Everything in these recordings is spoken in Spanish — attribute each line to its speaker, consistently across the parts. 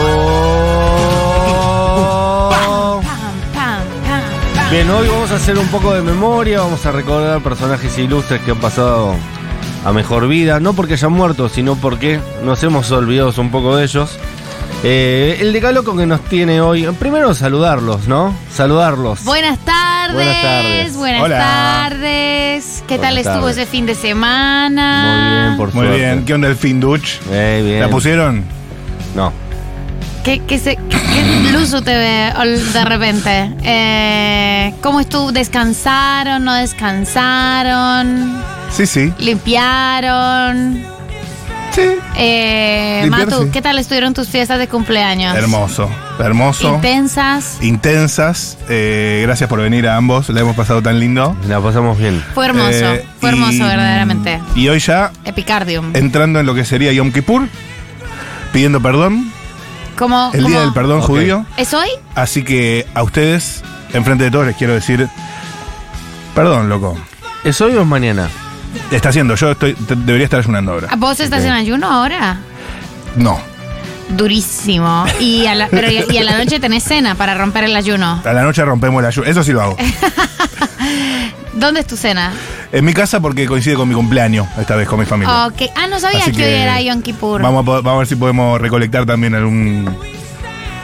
Speaker 1: Bueno, Oh. hoy vamos a hacer un poco de memoria, vamos a recordar personajes ilustres que han pasado a mejor vida, no porque hayan muerto, sino porque nos hemos olvidado un poco de ellos. Eh, el decaloco que nos tiene hoy, primero saludarlos, ¿no? Saludarlos.
Speaker 2: Buenas tardes.
Speaker 1: Buenas tardes.
Speaker 2: buenas
Speaker 3: Hola.
Speaker 2: tardes. ¿Qué tal
Speaker 1: Buenas
Speaker 2: estuvo
Speaker 1: tardes.
Speaker 2: ese fin de semana?
Speaker 1: Muy bien, por
Speaker 3: Muy
Speaker 1: suerte.
Speaker 3: bien, ¿qué onda el Finduch?
Speaker 1: Eh, bien.
Speaker 3: ¿La pusieron?
Speaker 1: No.
Speaker 2: ¿Qué, qué, se, qué, qué luso te ve ol- de repente? Eh, ¿Cómo estuvo? ¿Descansaron? ¿No descansaron?
Speaker 3: Sí, sí.
Speaker 2: ¿Limpiaron?
Speaker 3: Sí.
Speaker 2: Eh,
Speaker 3: Limpiar,
Speaker 2: Matu,
Speaker 3: sí.
Speaker 2: ¿qué tal estuvieron tus fiestas de cumpleaños?
Speaker 3: Hermoso, hermoso.
Speaker 2: Intensas.
Speaker 3: Intensas. Eh, gracias por venir a ambos, la hemos pasado tan lindo.
Speaker 1: La pasamos bien.
Speaker 2: Fue hermoso.
Speaker 3: Eh,
Speaker 2: fue hermoso,
Speaker 3: y-
Speaker 2: verdaderamente.
Speaker 3: Y hoy ya
Speaker 2: Epicardium.
Speaker 3: entrando en lo que sería Yom Kippur, pidiendo perdón,
Speaker 2: ¿Cómo-
Speaker 3: el
Speaker 2: Oh, cómo-
Speaker 3: día del perdón
Speaker 1: Ok.
Speaker 3: judío.
Speaker 2: ¿Es hoy?
Speaker 3: Así que a ustedes, enfrente de todos, les quiero decir. Perdón, loco.
Speaker 1: ¿Es hoy o es mañana?
Speaker 3: Está haciendo, yo estoy, te- debería estar ayunando ahora.
Speaker 2: ¿Vos estás
Speaker 1: Ok.
Speaker 2: en ayuno ahora?
Speaker 3: No.
Speaker 2: Durísimo. Y a la, pero y, y a la noche tenés cena para romper el ayuno.
Speaker 3: A la noche rompemos el ayuno. Eso sí lo hago.
Speaker 2: ¿Dónde es tu cena?
Speaker 3: En mi casa porque coincide con mi cumpleaños, esta vez con mi familia.
Speaker 2: Ok. Ah, no sabía
Speaker 3: Así
Speaker 2: que,
Speaker 3: que
Speaker 2: hoy era Yom Kippur.
Speaker 3: Vamos a, po- vamos a ver si podemos recolectar también algún.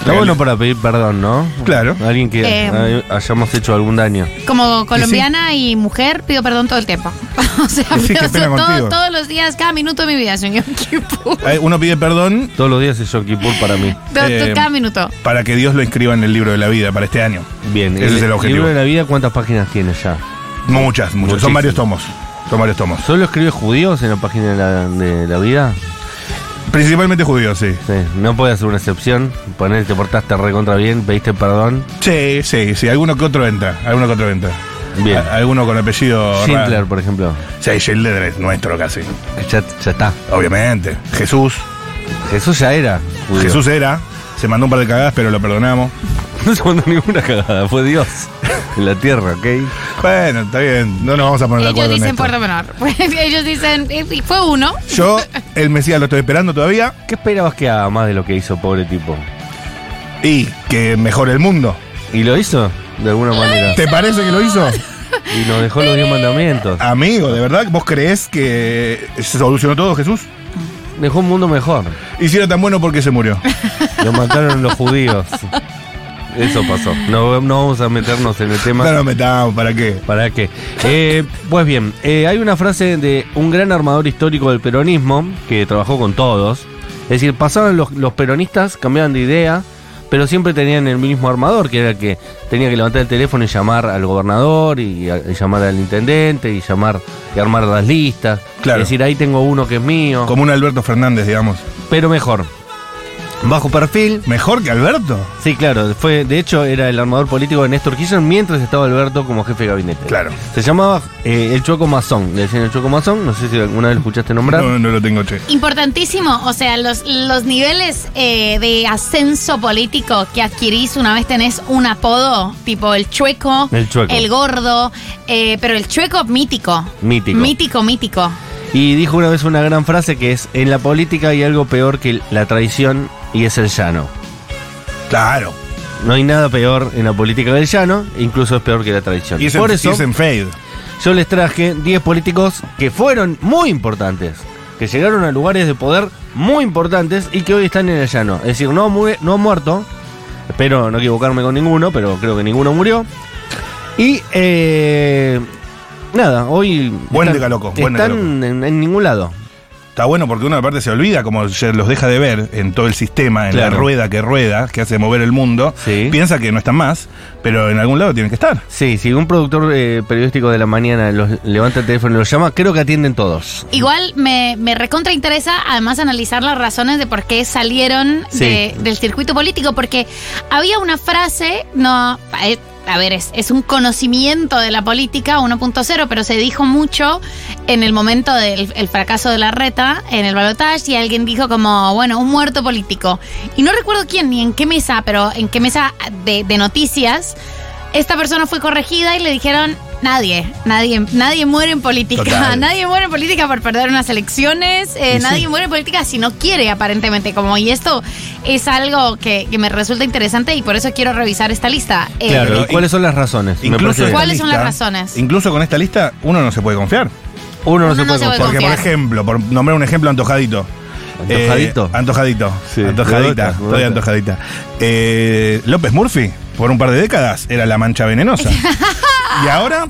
Speaker 1: Está bueno para pedir perdón, ¿no?
Speaker 3: Claro.
Speaker 1: Alguien que
Speaker 2: Eh,
Speaker 1: hay- hayamos hecho algún daño.
Speaker 2: Como colombiana y mujer, pido perdón todo el tiempo. o sea,
Speaker 3: Sí, sí,
Speaker 2: pido
Speaker 3: qué pena
Speaker 2: todo-
Speaker 3: contigo.
Speaker 2: todos los días, cada minuto de mi vida es un Yom Kippur.
Speaker 3: Eh, Uno pide perdón
Speaker 1: Todos los días es Yom Kippur para mí.
Speaker 2: Todo-
Speaker 3: Eh,
Speaker 2: cada minuto.
Speaker 3: para que Dios lo inscriba en el libro de la vida para este año.
Speaker 1: Bien.
Speaker 3: Ese es el objetivo.
Speaker 1: libro de la vida, ¿cuántas páginas tiene ya?
Speaker 3: Muchas, muchas.
Speaker 1: Muchísimo.
Speaker 3: Son varios tomos. Son varios tomos.
Speaker 1: ¿Solo escribe judíos en la página de la, de la vida?
Speaker 3: Principalmente judíos, sí.
Speaker 1: Sí, no puede hacer una excepción. Poner, te portaste recontra bien, pediste perdón.
Speaker 3: Sí, sí, sí. Alguno que otro entra. Alguno que otro entra.
Speaker 1: Bien.
Speaker 3: A- alguno con apellido. raro.
Speaker 1: Schindler, por ejemplo.
Speaker 3: Sí, Schindler es nuestro casi.
Speaker 1: Ya, ya está.
Speaker 3: Obviamente. Jesús.
Speaker 1: Jesús ya era judío.
Speaker 3: Jesús era. Se mandó un par de cagadas, pero lo perdonamos.
Speaker 1: no se mandó ninguna cagada, fue Dios en la tierra, ¿ok?
Speaker 3: Bueno, está bien. No nos vamos a poner de
Speaker 2: Ellos
Speaker 3: acuerdo. en
Speaker 2: dicen
Speaker 3: esto.
Speaker 2: Puerto Menor. Ellos dicen, eh, fue uno.
Speaker 3: Yo, el Mesías, lo estoy esperando todavía.
Speaker 1: ¿Qué esperabas que haga más de lo que hizo, pobre tipo?
Speaker 3: Y que mejore el mundo.
Speaker 1: ¿Y lo hizo? De alguna manera.
Speaker 3: ¿Te parece que lo hizo?
Speaker 1: Y nos dejó los diez mandamientos.
Speaker 3: Amigo, ¿de verdad vos creés que se solucionó todo, Jesús?
Speaker 1: Dejó un mundo mejor.
Speaker 3: Y si era tan bueno, ¿por qué se murió?
Speaker 1: Lo mataron los judíos. Eso pasó. No, no vamos a meternos en el tema.
Speaker 3: No nos metamos, ¿para qué?
Speaker 1: ¿Para qué? Eh, pues bien, eh, hay una frase de un gran armador histórico del peronismo que trabajó con todos. Es decir, pasaban los, los peronistas, cambiaban de idea, pero siempre tenían el mismo armador, que era el que tenía que levantar el teléfono y llamar al gobernador, y, a- y llamar al intendente, y llamar y armar las listas.
Speaker 3: Claro.
Speaker 1: Es decir, ahí tengo uno que es mío,
Speaker 3: Como un Alberto Fernández, digamos.
Speaker 1: pero mejor. Bajo perfil,
Speaker 3: ¿Mejor que Alberto?
Speaker 1: Sí, claro, fue, de hecho era el armador político de Néstor Kirchner mientras estaba Alberto como jefe de gabinete.
Speaker 3: Claro.
Speaker 1: Se llamaba eh, el Chueco Mazón, le decían el Chueco Mazón, no sé si alguna vez lo escuchaste nombrar.
Speaker 3: No, no lo tengo, che.
Speaker 2: Importantísimo, o sea, los, los niveles eh, de ascenso político que adquirís una vez tenés un apodo, tipo el chueco,
Speaker 1: El chueco.
Speaker 2: el gordo, eh, pero el chueco mítico.
Speaker 1: Mítico.
Speaker 2: Mítico, mítico.
Speaker 1: Y dijo una vez una gran frase que es, en la política hay algo peor que la traición y es el llano.
Speaker 3: Claro.
Speaker 1: No hay nada peor en la política del llano, incluso es peor que la traición.
Speaker 3: Y es,
Speaker 1: Por
Speaker 3: en,
Speaker 1: eso
Speaker 3: y es en Fade.
Speaker 1: yo les traje 10 políticos que fueron muy importantes, que llegaron a lugares de poder muy importantes y que hoy están en el llano. Es decir, no, mu- no han muerto, espero no equivocarme con ninguno, pero creo que ninguno murió. Y eh, nada, hoy
Speaker 3: Buen
Speaker 1: están,
Speaker 3: decaloco, buen
Speaker 1: están en, en ningún lado.
Speaker 3: Está bueno porque uno aparte se olvida, como se los deja de ver en todo el sistema, en
Speaker 1: Claro.
Speaker 3: la rueda que rueda, que hace mover el mundo.
Speaker 1: Sí.
Speaker 3: Piensa que no están más, pero en algún lado tienen que estar.
Speaker 1: Sí, si un productor eh, periodístico de la mañana los levanta el teléfono y los llama, creo que atienden todos.
Speaker 2: Igual me, me recontra interesa además analizar las razones de por qué salieron
Speaker 1: Sí.
Speaker 2: de- del circuito político, porque había una frase, no, eh, a ver, es, es un conocimiento de la política 1.0, pero se dijo mucho en el momento del el fracaso de la reta, en el balotaje, y alguien dijo como, bueno, un muerto político. Y no recuerdo quién ni en qué mesa, pero en qué mesa de, de noticias, esta persona fue corregida y le dijeron, Nadie, nadie, nadie muere en política.
Speaker 3: Total.
Speaker 2: Nadie muere en política por perder unas elecciones. eh,
Speaker 3: Y sí.
Speaker 2: nadie muere en política si no quiere, aparentemente. Como, y esto es algo que, que me resulta interesante y por eso quiero revisar esta lista. Eh,
Speaker 1: Claro,
Speaker 3: Pero
Speaker 1: ¿y cuáles son las razones? Me
Speaker 3: Incluso
Speaker 1: parece-
Speaker 3: esta
Speaker 2: ¿Cuáles son las razones?
Speaker 3: Incluso con esta lista, uno no se puede confiar.
Speaker 1: uno no se
Speaker 2: uno
Speaker 1: puede
Speaker 2: no
Speaker 1: confiar.
Speaker 2: se
Speaker 3: Porque, por
Speaker 2: Confiar.
Speaker 3: ejemplo, por nombrar un ejemplo, antojadito.
Speaker 1: ¿Antojadito?
Speaker 3: Eh, antojadito.
Speaker 1: Sí, me gusta,
Speaker 3: antojadita.
Speaker 1: me
Speaker 3: Estoy
Speaker 1: gusta.
Speaker 3: antojadita. Eh, López Murphy, por un par de décadas, era la mancha venenosa. y ahora,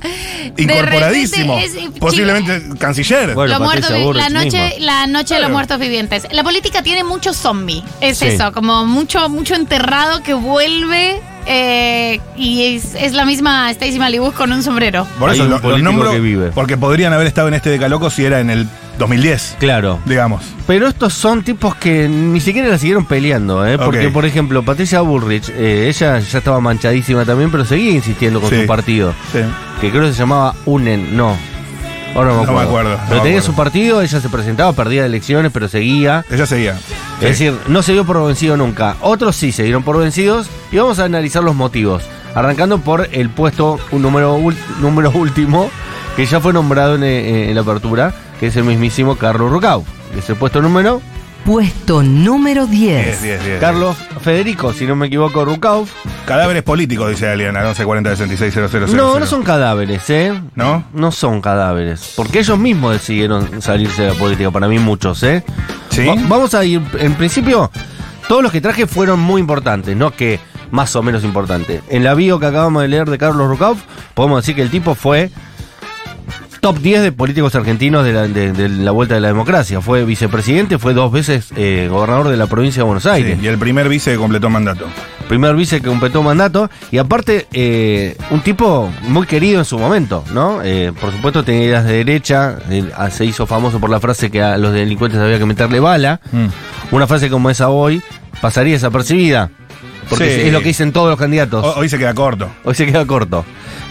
Speaker 3: incorporadísimo.
Speaker 2: repente es- eh,
Speaker 3: posiblemente canciller.
Speaker 1: Bueno,
Speaker 2: Lo muerto
Speaker 1: Patricia
Speaker 2: vi-
Speaker 1: Bullrich
Speaker 2: la noche,
Speaker 1: misma.
Speaker 2: la noche de
Speaker 3: Claro.
Speaker 2: los muertos vivientes. La política tiene mucho zombie, es
Speaker 1: Sí.
Speaker 2: eso, como mucho, mucho enterrado que vuelve eh, y es, es la misma Stacy Malibu con un sombrero.
Speaker 3: por
Speaker 1: Hay
Speaker 3: eso
Speaker 1: un
Speaker 3: lo, lo
Speaker 1: político
Speaker 3: nombro.
Speaker 1: que vive.
Speaker 3: Porque podrían haber estado en este decaloco si era en el 2010,
Speaker 1: Claro.
Speaker 3: digamos.
Speaker 1: Pero estos son tipos que ni siquiera la siguieron peleando, ¿eh? Porque,
Speaker 3: Ok.
Speaker 1: por ejemplo, Patricia Burrich, ella ya estaba manchadísima también, pero seguía insistiendo con
Speaker 3: Sí.
Speaker 1: su partido,
Speaker 3: Sí.
Speaker 1: que creo que se llamaba UNEN, no. Ahora no me
Speaker 3: No me
Speaker 1: acuerdo.
Speaker 3: acuerdo, no
Speaker 1: pero
Speaker 3: me
Speaker 1: tenía
Speaker 3: acuerdo.
Speaker 1: su partido, ella se presentaba, perdía elecciones, pero seguía.
Speaker 3: Ella seguía. Sí.
Speaker 1: Es decir, no se dio por vencido nunca. Otros sí se dieron por vencidos y vamos a analizar los motivos. Arrancando por el puesto, un número, ul- número último, que ya fue nombrado en, eh, en la apertura, que es el mismísimo Carlos Rucau. que Es el puesto número
Speaker 4: Puesto número 10.
Speaker 3: Diez, diez, diez.
Speaker 1: Carlos Federico, si no me equivoco, Rucauf.
Speaker 3: Cadáveres políticos, dice Aliana, 1140 66 000.
Speaker 1: No, no son cadáveres, ¿eh?
Speaker 3: ¿No?
Speaker 1: No son cadáveres. Porque ellos mismos decidieron salirse de la política, para mí muchos, ¿eh?
Speaker 3: ¿Sí?
Speaker 1: Va- vamos a ir, en principio, todos los que traje fueron muy importantes, no que más o menos importantes. En la bio que acabamos de leer de Carlos Rucauf, podemos decir que el tipo fue top 10 de políticos argentinos de la, de- de la vuelta de la democracia. Fue vicepresidente, fue dos veces eh, gobernador de la provincia de Buenos Aires.
Speaker 3: Sí, y el primer vice que completó mandato.
Speaker 1: primer vice que completó mandato y aparte eh, un tipo muy querido en su momento, ¿no? Eh, por supuesto tenía ideas de derecha, él, ah, se hizo famoso por la frase que a los delincuentes había que meterle bala, una frase como esa hoy pasaría desapercibida, porque
Speaker 3: Sí. Oh,
Speaker 1: es, es lo que dicen todos los candidatos,
Speaker 3: Ho- Hoy se queda corto.
Speaker 1: hoy se queda corto.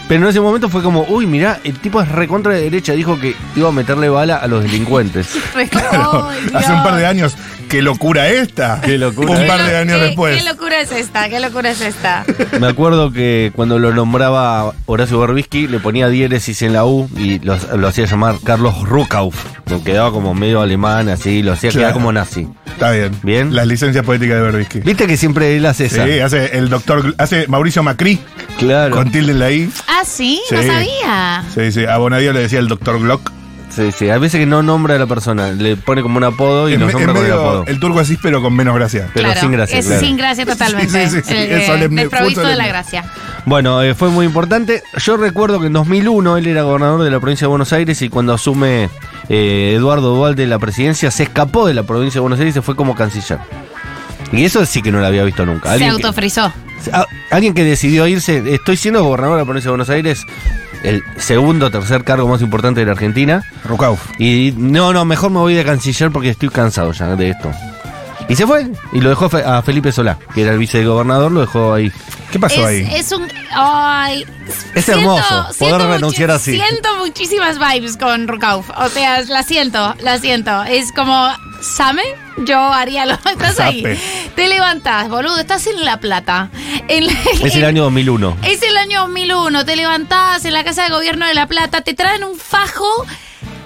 Speaker 1: Pero en ese momento fue como, uy, mirá, el tipo es recontra de derecha, dijo que iba a meterle bala a los delincuentes.
Speaker 2: Ay,
Speaker 3: Hace un
Speaker 2: Dios.
Speaker 3: par de años. ¡Qué locura esta!
Speaker 1: Qué locura
Speaker 3: Un
Speaker 1: esta.
Speaker 3: par de
Speaker 2: Qué-
Speaker 3: años
Speaker 2: qué-
Speaker 3: después.
Speaker 2: ¿Qué locura es esta? ¿Qué locura es esta?
Speaker 1: Me acuerdo que cuando lo nombraba Horacio Berbisky le ponía diéresis en la U y lo, lo hacía llamar Carlos Rukauf. Lo quedaba como medio alemán, así, lo hacía
Speaker 3: Claro.
Speaker 1: quedar como nazi.
Speaker 3: Está bien.
Speaker 1: Bien.
Speaker 3: Las licencias poéticas de Berbisky.
Speaker 1: ¿Viste que siempre él hace
Speaker 3: Sí,
Speaker 1: esa?
Speaker 3: hace el doctor. Hace Mauricio Macri
Speaker 1: claro.
Speaker 3: con tilde en la I.
Speaker 2: Ah, sí, no
Speaker 3: Sí.
Speaker 2: sabía.
Speaker 3: Sí, sí. A Bonadío le decía el doctor Glock.
Speaker 1: Sí, sí. A veces que no nombra a la persona, le pone como un apodo y
Speaker 3: Es
Speaker 1: lo
Speaker 3: me- es
Speaker 1: nombra con el apodo.
Speaker 3: medio el turco así, pero con menos gracia.
Speaker 1: Pero sin gracia,
Speaker 2: Es
Speaker 1: claro.
Speaker 2: sin gracia totalmente.
Speaker 3: Sí, sí, sí, sí,
Speaker 2: El,
Speaker 3: es
Speaker 2: eh,
Speaker 3: solemne,
Speaker 2: desprovisto
Speaker 3: full
Speaker 2: de la
Speaker 3: solemne.
Speaker 2: gracia.
Speaker 1: Bueno, eh, fue muy importante. Yo recuerdo que en 2001 él era gobernador de la provincia de Buenos Aires y cuando asume eh, Eduardo Dualde la presidencia, se escapó de la provincia de Buenos Aires y se fue como canciller. Y eso sí que no lo había visto nunca.
Speaker 2: Se
Speaker 1: Alguien que-
Speaker 2: autofrizó.
Speaker 1: Ah, Alguien que decidió irse, estoy siendo gobernador de la provincia de Buenos Aires, el segundo o tercer cargo más importante de la Argentina.
Speaker 3: Rucauf.
Speaker 1: Y no, no, mejor me voy de canciller porque estoy cansado ya de esto. Y se fue, y lo dejó a Fe- a Felipe Solá, que era el vicegobernador, lo dejó ahí.
Speaker 3: ¿Qué pasó
Speaker 2: es,
Speaker 3: ahí?
Speaker 2: es un. Ay.
Speaker 1: Es hermoso poder renunciar así.
Speaker 2: Siento muchísimas vibes con Rukauf. O sea, la siento, la siento. Es como, ¿sabe? Yo haría lo Estás ahí.
Speaker 3: Sape.
Speaker 2: Te levantas, boludo. Estás en La Plata. En la-
Speaker 1: Es el
Speaker 2: en-
Speaker 1: año 2001.
Speaker 2: Es el año 2001, te levantás en la Casa de Gobierno de La Plata, te traen un fajo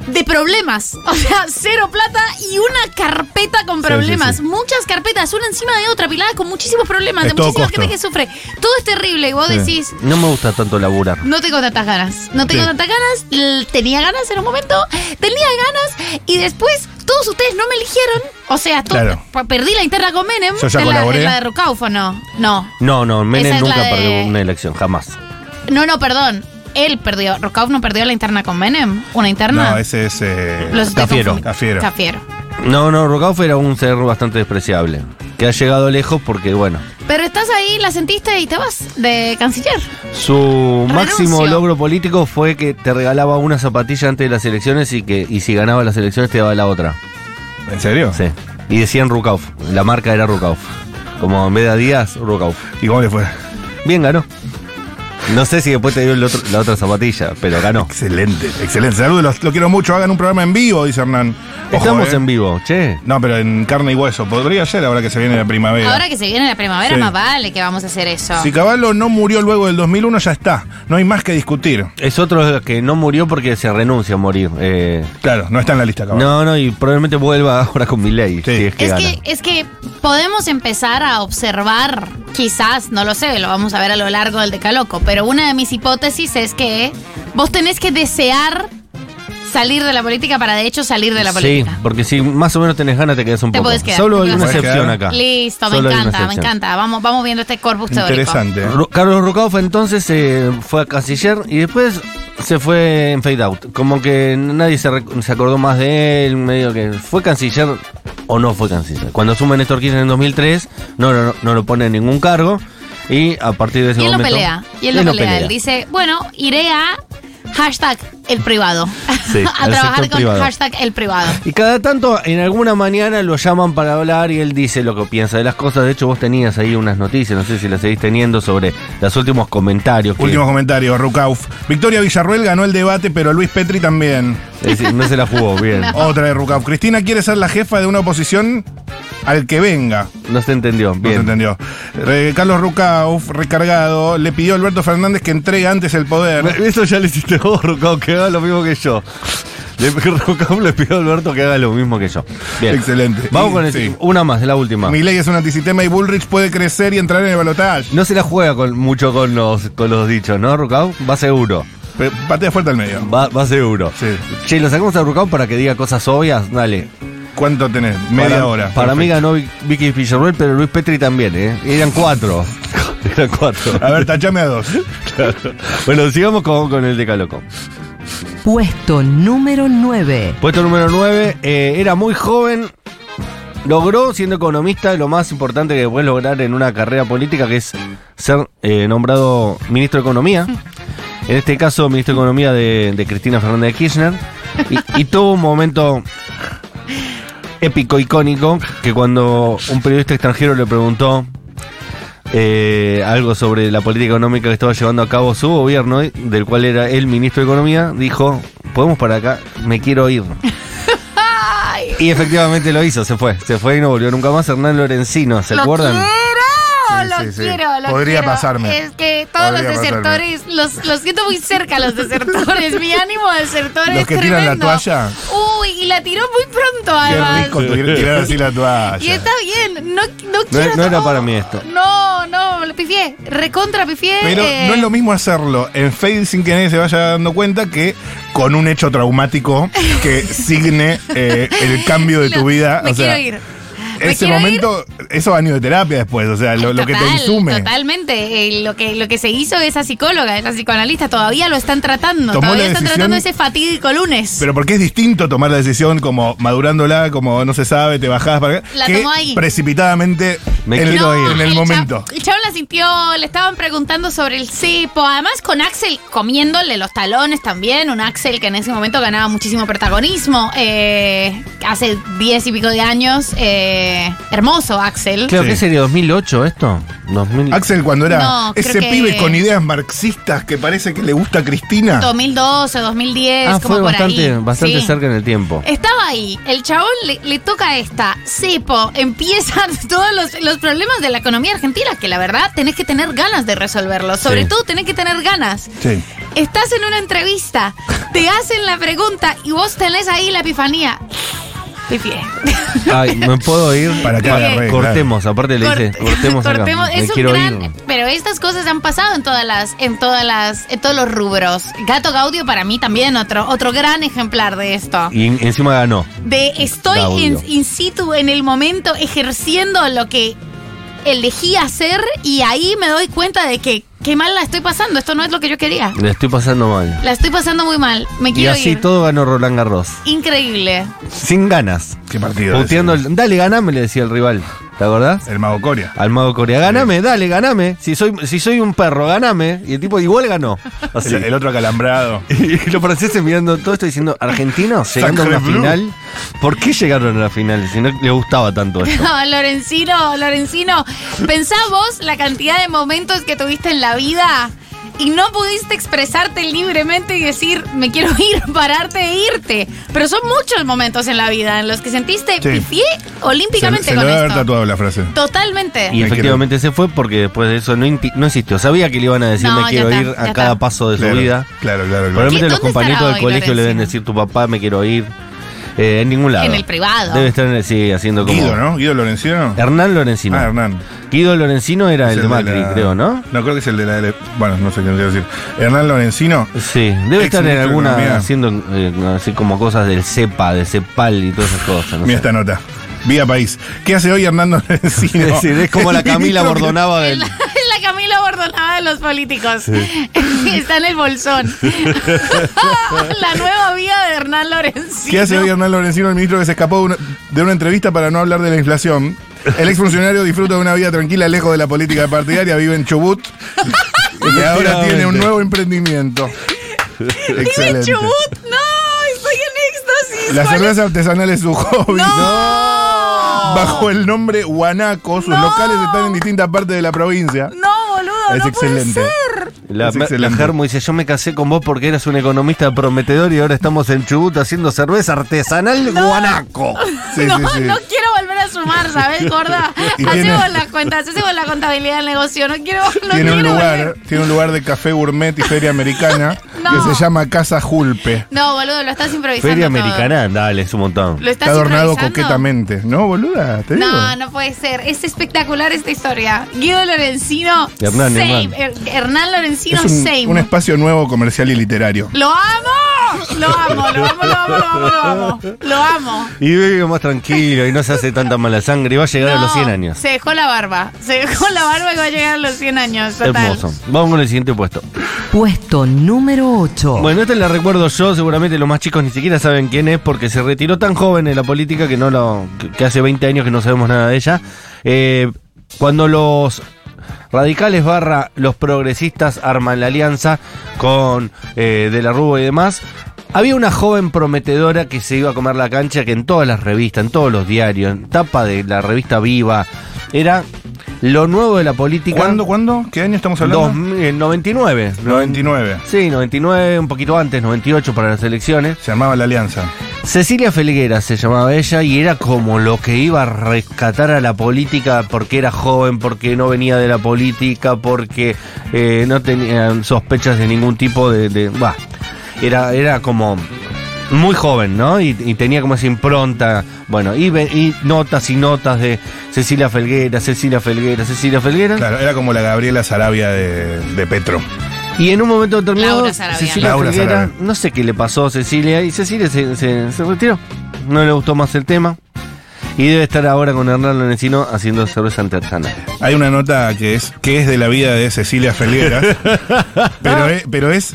Speaker 2: de problemas. O sea, cero plata y una carpeta con problemas.
Speaker 1: sí,
Speaker 2: Muchas carpetas, una encima de otra, piladas con muchísimos problemas,
Speaker 3: Es
Speaker 2: de
Speaker 3: todo
Speaker 2: muchísima
Speaker 3: costo.
Speaker 2: gente que sufre. Todo es terrible y vos decís,
Speaker 1: No me gusta tanto laburar.
Speaker 2: no tengo tantas ganas. No tengo
Speaker 3: Sí.
Speaker 2: tantas ganas. L- Tenía ganas en un momento. Tenía ganas. Y después todos ustedes no me eligieron. O sea, to-
Speaker 3: Claro.
Speaker 2: p- perdí la interna con Menem.
Speaker 3: Yo ya
Speaker 2: en la,
Speaker 3: colaboré.
Speaker 2: en la de Rucaufo, no. No.
Speaker 1: No, no, Menem
Speaker 2: Esa es la
Speaker 1: nunca
Speaker 2: de-
Speaker 1: perdió una elección, jamás.
Speaker 2: No, no, perdón. Él perdió. Rocauf no perdió la interna con Menem. ¿Una interna?
Speaker 3: No, ese es. eh,
Speaker 2: Los estoy
Speaker 1: Cafiero.
Speaker 2: confundiendo.
Speaker 3: Cafiero.
Speaker 2: Cafiero.
Speaker 1: No, no, Rocauf era un ser bastante despreciable, que ha llegado lejos porque, bueno,
Speaker 2: Pero estás ahí, la sentiste y te vas de canciller.
Speaker 1: Su
Speaker 2: Renuncio.
Speaker 1: máximo logro político fue que te regalaba una zapatilla antes de las elecciones y que y si ganaba las elecciones te daba la otra.
Speaker 3: ¿En serio?
Speaker 1: Sí. Y decían Rukauf. La marca era Rukauf. Como en vez de Adidas, Rukauf.
Speaker 3: ¿Y cómo le fue?
Speaker 1: Bien ganó. No sé si después te dio el otro- la otra zapatilla, pero ganó.
Speaker 3: Excelente, excelente. Saludos, los, lo quiero mucho. Hagan un programa en vivo, dice Hernán. Ojo,
Speaker 1: Estamos
Speaker 3: eh.
Speaker 1: en vivo, che.
Speaker 3: No, pero en carne y hueso. Podría ser ahora que se viene la primavera.
Speaker 2: Ahora que se viene la primavera,
Speaker 3: Sí.
Speaker 2: más vale que vamos a hacer eso.
Speaker 3: Si Caballo no murió luego del 2001, ya está. No hay más que discutir.
Speaker 1: Es otro de los que no murió porque se renuncia a morir. Eh,
Speaker 3: Claro, no está en la lista Caballo.
Speaker 1: no, no, y probablemente vuelva ahora con mi ley.
Speaker 3: Sí.
Speaker 1: Si es que
Speaker 2: Es
Speaker 1: gana.
Speaker 2: que, es que podemos empezar a observar, quizás, no lo sé, lo vamos a ver a lo largo del decaloco, pero una de mis hipótesis es que vos tenés que desear salir de la política para de hecho salir de la
Speaker 1: sí,
Speaker 2: política.
Speaker 1: porque si más o menos tenés ganas te quedas un
Speaker 2: Te
Speaker 1: poco.
Speaker 2: podés quedar,
Speaker 1: Solo
Speaker 2: te
Speaker 1: hay
Speaker 2: podés
Speaker 1: una
Speaker 3: quedar.
Speaker 1: excepción
Speaker 3: Podés
Speaker 1: acá.
Speaker 2: Listo,
Speaker 1: Ah, Solo
Speaker 2: me
Speaker 1: hay una
Speaker 2: encanta, me
Speaker 1: excepción.
Speaker 2: encanta. Vamos, vamos viendo este corpus teórico.
Speaker 3: Interesante. ¿eh?
Speaker 1: Ru- Carlos Rucauf entonces eh, fue a canciller y después se fue en fade out. Como que nadie se, rec- se acordó más de él, medio que fue canciller o no fue canciller. Cuando asume Néstor Kirchner en 2003, no, no, no, no lo pone en ningún cargo y a partir de ese
Speaker 2: Y él no
Speaker 1: momento...
Speaker 2: pelea. Y él, no pelea. Él dice, bueno, iré a hashtag el privado.
Speaker 1: Sí,
Speaker 2: a
Speaker 1: al
Speaker 2: trabajar
Speaker 1: sector
Speaker 2: con
Speaker 1: privado.
Speaker 2: hashtag el privado.
Speaker 1: Y cada tanto, en alguna mañana lo llaman para hablar y él dice lo que piensa de las cosas. De hecho, vos tenías ahí unas noticias, no sé si las seguís teniendo, sobre los últimos comentarios. que-
Speaker 3: Último comentario, Rucauf. Victoria Villarruel ganó el debate, pero Luis Petri también.
Speaker 1: es decir, no se la jugó bien. No,
Speaker 3: Otra de Rucauf. Cristina quiere ser la jefa de una oposición al que venga.
Speaker 1: se entendió.
Speaker 3: No se
Speaker 1: Bien.
Speaker 3: entendió. Re- Carlos Rucauf, recargado, le pidió a Alberto Fernández que entregue antes el poder.
Speaker 1: Eso ya le hiciste vos, Rucao, que haga lo mismo que yo. Le, Rucao le pidió a Alberto que haga lo mismo que yo. Bien.
Speaker 3: Excelente.
Speaker 1: Vamos
Speaker 3: Y-
Speaker 1: con el-
Speaker 3: sí.
Speaker 1: una más, la última.
Speaker 3: Milei es un antisistema y Bullrich puede crecer y entrar en el balotaje.
Speaker 1: No se la juega con, mucho con los, con los dichos, ¿no, Rucao? Va seguro.
Speaker 3: Pe- Patea fuerte al medio.
Speaker 1: Va, va seguro.
Speaker 3: Sí.
Speaker 1: Che, lo sacamos a Rucao para que diga cosas obvias. Dale.
Speaker 3: ¿Cuánto tenés? Media
Speaker 1: para,
Speaker 3: hora.
Speaker 1: Para mí
Speaker 3: Perfecto.
Speaker 1: ganó Vic- Vicky Villarreal, pero Luis Petri también, ¿eh? Eran cuatro. Eran cuatro.
Speaker 3: A ver, tachame a dos.
Speaker 1: Bueno, sigamos con, con el decaloco.
Speaker 4: Puesto número 9.
Speaker 1: Puesto número 9, era muy joven. Logró, siendo economista, lo más importante que puedes lograr en una carrera política, que es ser eh, nombrado ministro de Economía. En este caso, ministro de Economía de, de Cristina Fernández de Kirchner. Y, y tuvo un momento épico, icónico, que cuando un periodista extranjero le preguntó eh, algo sobre la política económica que estaba llevando a cabo su gobierno, eh, del cual era el ministro de Economía, dijo, podemos para acá, me quiero ir. Y efectivamente lo hizo, se fue, se fue y no volvió nunca más. Hernán Lorenzino, ¿se
Speaker 2: lo
Speaker 1: acuerdan?
Speaker 2: Quiero,
Speaker 3: Sí,
Speaker 2: lo
Speaker 3: sí, sí.
Speaker 2: quiero, lo
Speaker 3: Podría
Speaker 2: quiero.
Speaker 3: pasarme.
Speaker 2: Es que todos
Speaker 3: Podría
Speaker 2: los desertores, los, los siento muy cerca, los desertores. Mi ánimo de desertor
Speaker 3: Los
Speaker 2: es
Speaker 3: que tiran
Speaker 2: tremendo.
Speaker 3: la toalla.
Speaker 2: Uy, y la tiró muy pronto,
Speaker 3: Qué
Speaker 2: además.
Speaker 3: rico tu- tirar así la toalla.
Speaker 2: Y este- está bien, no, no quiero.
Speaker 1: no era
Speaker 2: oh,
Speaker 1: para mí esto.
Speaker 2: No, no, lo pifié, recontra pifié.
Speaker 3: Pero
Speaker 2: eh,
Speaker 3: no es lo mismo hacerlo en Fade sin que nadie se vaya dando cuenta que con un hecho traumático que signe eh, el cambio de tu
Speaker 2: no,
Speaker 3: vida.
Speaker 2: Me
Speaker 3: o sea,
Speaker 2: quiero ir. Me
Speaker 3: Ese
Speaker 2: quiero ir.
Speaker 3: momento, esos años de terapia después, o sea, lo, lo que te
Speaker 2: Total,
Speaker 3: insume.
Speaker 2: Totalmente. Eh, lo, que, lo que se hizo de esa psicóloga, de esa psicoanalista, todavía lo están tratando.
Speaker 3: Tomó
Speaker 2: todavía
Speaker 3: la
Speaker 2: están
Speaker 3: decisión-
Speaker 2: tratando ese fatídico lunes.
Speaker 3: Pero porque es distinto tomar la decisión como madurándola, como no se sabe, te bajás para acá,
Speaker 2: La
Speaker 3: que
Speaker 2: tomó ahí.
Speaker 3: precipitadamente
Speaker 1: Me
Speaker 3: en, el-
Speaker 1: quiero ir.
Speaker 3: en el,
Speaker 2: chab-
Speaker 3: momento.
Speaker 2: el chabón la sintió, le estaban preguntando sobre el cepo. Además, con Axel comiéndole los talones también. Un Axel que en ese momento ganaba muchísimo protagonismo. eh, hace diez y pico de años. eh, hermoso, Axel.
Speaker 1: Creo
Speaker 3: Sí.
Speaker 1: que sería 2008 esto. 2000.
Speaker 3: Axel cuando era
Speaker 2: No, creo
Speaker 3: ese
Speaker 2: que-
Speaker 3: pibe con ideas marxistas que parece que le gusta a Cristina.
Speaker 2: 2012, 2010,
Speaker 1: ah,
Speaker 2: como
Speaker 1: fue
Speaker 2: por
Speaker 1: bastante,
Speaker 2: ahí.
Speaker 1: bastante
Speaker 2: Sí.
Speaker 1: cerca en el tiempo.
Speaker 2: Estaba ahí, el chabón le, le toca esta, cepo, empiezan todos los, los problemas de la economía argentina, que la verdad tenés que tener ganas de resolverlos, sobre
Speaker 1: Sí.
Speaker 2: todo tenés que tener ganas.
Speaker 3: Sí.
Speaker 2: Estás en una entrevista, te hacen la pregunta y vos tenés ahí la epifanía. Pifié.
Speaker 1: Ay, ¿me puedo ir?
Speaker 3: Para acá,
Speaker 1: Para-
Speaker 3: re,
Speaker 1: cortemos, aparte le dice,
Speaker 2: Corte-
Speaker 1: cortemos acá.
Speaker 2: cortemos,
Speaker 1: me
Speaker 2: es un
Speaker 1: quiero
Speaker 2: gran-
Speaker 1: ir.
Speaker 2: Pero estas cosas han pasado en todas las, en todas las, en todos los rubros. Gato Gaudio para mí también otro, otro gran ejemplar de esto.
Speaker 1: Y en- encima ganó.
Speaker 2: De estoy
Speaker 1: Claudio.
Speaker 2: in, in situ en el momento ejerciendo lo que elegí hacer y ahí me doy cuenta de que qué mal la estoy pasando, esto no es lo que yo quería.
Speaker 1: Le estoy pasando mal.
Speaker 2: La estoy pasando muy mal, me
Speaker 1: Y
Speaker 2: quiero
Speaker 1: así
Speaker 2: ir.
Speaker 1: todo ganó Roland Garros.
Speaker 2: Increíble.
Speaker 1: Sin ganas.
Speaker 3: Qué partido.
Speaker 1: Puteando, el- dale, ganame, le decía el rival. ¿Te acordás?
Speaker 3: ese. El mago Coria.
Speaker 1: Al mago Corea, ganame, dale, ganame. Si soy, si soy un perro, ganame. Y el tipo igual ganó. Así.
Speaker 3: El, el otro acalambrado.
Speaker 1: y los franceses mirando todo esto diciendo, argentinos llegando a una
Speaker 3: Sacre bleu.
Speaker 1: final. ¿Por qué llegaron a la final si no les gustaba tanto esto?
Speaker 2: No, Lorencino, Lorencino, pensá vos la cantidad de momentos que tuviste en la vida y no pudiste expresarte libremente y decir, me quiero ir, pararte e irte. Pero son muchos momentos en la vida en los que sentiste,
Speaker 3: Sí.
Speaker 2: pifié olímpicamente
Speaker 3: Se, se le
Speaker 2: con
Speaker 3: debe haber
Speaker 2: esto.
Speaker 3: tatuado la frase.
Speaker 2: Totalmente.
Speaker 1: Y
Speaker 3: Me
Speaker 1: efectivamente se fue porque después de eso no, inti- no existió. Sabía que le iban a decir
Speaker 2: No,
Speaker 1: me
Speaker 2: ya
Speaker 1: quiero
Speaker 2: está,
Speaker 1: ir
Speaker 2: ya
Speaker 1: a
Speaker 2: está.
Speaker 1: cada paso de
Speaker 3: Claro,
Speaker 1: su vida.
Speaker 3: Claro, claro, claro.
Speaker 1: Probablemente
Speaker 2: ¿Qué-
Speaker 1: los
Speaker 2: dónde
Speaker 1: compañeros
Speaker 2: estará
Speaker 1: del
Speaker 2: hoy,
Speaker 1: colegio le deben
Speaker 2: Lorenzo?
Speaker 1: decir tu papá me quiero ir. Eh, en ningún lado.
Speaker 2: En el privado.
Speaker 1: Debe estar en el, sí, haciendo como...
Speaker 3: Guido, ¿no? Guido Lorencino.
Speaker 1: Hernán Lorenzino.
Speaker 3: Ah, Hernán.
Speaker 1: Guido Lorenzino era
Speaker 3: Es
Speaker 1: Ah, el de Macri,
Speaker 3: la-
Speaker 1: creo, ¿no?
Speaker 3: No, creo que es el de la... L- Bueno, no sé qué quiero decir. Hernán Lorencino.
Speaker 1: Sí, debe
Speaker 3: Ex
Speaker 1: estar en
Speaker 3: ministro de
Speaker 1: alguna
Speaker 3: Economía.
Speaker 1: haciendo eh, así como cosas del CEPA, del CEPAL y todas esas cosas. no
Speaker 3: Mira
Speaker 1: sé.
Speaker 3: esta nota. Vía País. ¿Qué hace hoy Hernán Lorencino?
Speaker 1: Es decir, es como la Camila Bordonaba
Speaker 2: Es
Speaker 1: del...
Speaker 2: la, es la Camila Bordonada de los políticos. Está en el bolsón. la nueva vida de Hernán Lorenzini.
Speaker 3: ¿Qué hace hoy Hernán Lorenzino, el ministro que se escapó de una, de una entrevista para no hablar de la inflación? El exfuncionario disfruta de una vida tranquila, lejos de la política partidaria, vive en Chubut y ahora tiene un nuevo emprendimiento.
Speaker 2: ¡Vive
Speaker 3: Excelente.
Speaker 2: Chubut! ¡No! ¡Estoy en éxtasis!
Speaker 3: La
Speaker 2: ¿Cuál es?
Speaker 3: cerveza artesanal es su hobby.
Speaker 2: ¡No!
Speaker 3: Bajo el nombre Guanaco, sus
Speaker 2: No.
Speaker 3: locales están en distintas partes de la provincia.
Speaker 2: ¡No, boludo!
Speaker 3: Es
Speaker 2: ¡No
Speaker 3: excelente.
Speaker 2: puede ser!
Speaker 1: La,
Speaker 3: Es excelente.
Speaker 1: la Germo dice, yo me casé con vos porque eras un economista prometedor y ahora estamos en Chubut haciendo cerveza artesanal guanaco.
Speaker 3: Oh, Sí,
Speaker 2: no,
Speaker 3: sí, sí.
Speaker 2: no quiero volver a sumar, ¿sabes, gorda?
Speaker 3: Y tiene-
Speaker 2: Hacemos las cuentas, hacemos la contabilidad del negocio. No quiero. No
Speaker 3: tiene
Speaker 2: quiero
Speaker 3: un lugar,
Speaker 2: volver.
Speaker 3: tiene un lugar de café gourmet y feria americana
Speaker 2: No.
Speaker 3: que se llama Casa Julpe.
Speaker 2: No, boludo, lo estás improvisando.
Speaker 1: Feria
Speaker 2: todo.
Speaker 1: americana, dale, es un montón.
Speaker 2: Lo estás
Speaker 3: Está adornado
Speaker 2: improvisando.
Speaker 3: coquetamente. No, boluda, te digo.
Speaker 2: No, no puede ser. Es espectacular esta historia. Guido Lorenzino,
Speaker 1: Hernán,
Speaker 2: same.
Speaker 1: Hernán.
Speaker 2: Her- Hernán Lorenzino,
Speaker 3: es un,
Speaker 2: same.
Speaker 3: un espacio nuevo comercial y literario.
Speaker 2: ¡Lo amo! Lo amo, lo amo, lo amo, lo amo, lo amo. Lo amo.
Speaker 1: Y vive más tranquilo y no se hace tanta mala sangre y va a llegar a los
Speaker 2: No,
Speaker 1: 100 años.
Speaker 2: Se dejó la barba. Se dejó la barba que va a llegar a los 100 años. Total.
Speaker 1: Hermoso. Vamos con el siguiente puesto.
Speaker 4: Puesto número 8.
Speaker 3: Oh.
Speaker 1: Bueno, esta la recuerdo yo, seguramente los más chicos ni siquiera saben quién es porque se retiró tan joven de la política que no lo que- que hace 20 años que no sabemos nada de ella. Eh, cuando los radicales barra los progresistas arman la alianza con eh, De la Rúa y demás, había una joven prometedora que se iba a comer la cancha que en todas las revistas, en todos los diarios, en tapa de la revista Viva, era lo nuevo de la política.
Speaker 3: ¿Cuándo, cuándo? ¿Qué año estamos hablando?
Speaker 1: Dos mil- en 99.
Speaker 3: 99.
Speaker 1: Sí, 99, un poquito antes, 98 para las elecciones.
Speaker 3: Se llamaba La Alianza.
Speaker 1: Cecilia Felguera se llamaba ella y era como lo que iba a rescatar a la política porque era joven, porque no venía de la política, porque eh, no tenían sospechas de ningún tipo de... de- bah, era, era como muy joven, ¿no? Y, y tenía como esa impronta, bueno, y, ve- y notas y notas de Cecilia Felguera, Cecilia Felguera, Cecilia Felguera.
Speaker 3: Claro, era como la Gabriela Sarabia de, de Petro.
Speaker 1: Y en un momento determinado,
Speaker 2: Laura Sarabia.
Speaker 1: Cecilia
Speaker 3: Laura
Speaker 1: Felguera,
Speaker 3: Sarabia.
Speaker 1: no sé qué le pasó a Cecilia, y Cecilia se, se- se retiró. No le gustó más el tema. Y debe estar ahora con Hernán Lorenzino haciendo cerveza artesanal.
Speaker 3: Hay una nota que es que es de la vida de Cecilia Felgueras, pero, es, pero es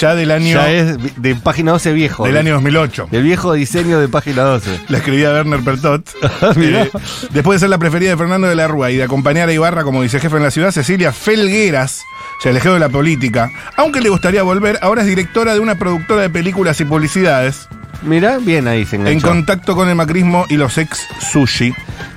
Speaker 3: ya del año
Speaker 1: Ya es vi- de página 12 viejo.
Speaker 3: del año 2008.
Speaker 1: Del viejo diseño de página 12.
Speaker 3: La escribía Werner Pertot. Eh, después de ser la preferida de Fernando de la Rúa y de acompañar a Ibarra como vicejefe en la ciudad, Cecilia Felgueras se alejó de la política. Aunque le gustaría volver, ahora es directora de una productora de películas y publicidades.
Speaker 1: Mirá, bien ahí se
Speaker 3: En
Speaker 1: enganchó.
Speaker 3: contacto con el macrismo y los ex sushi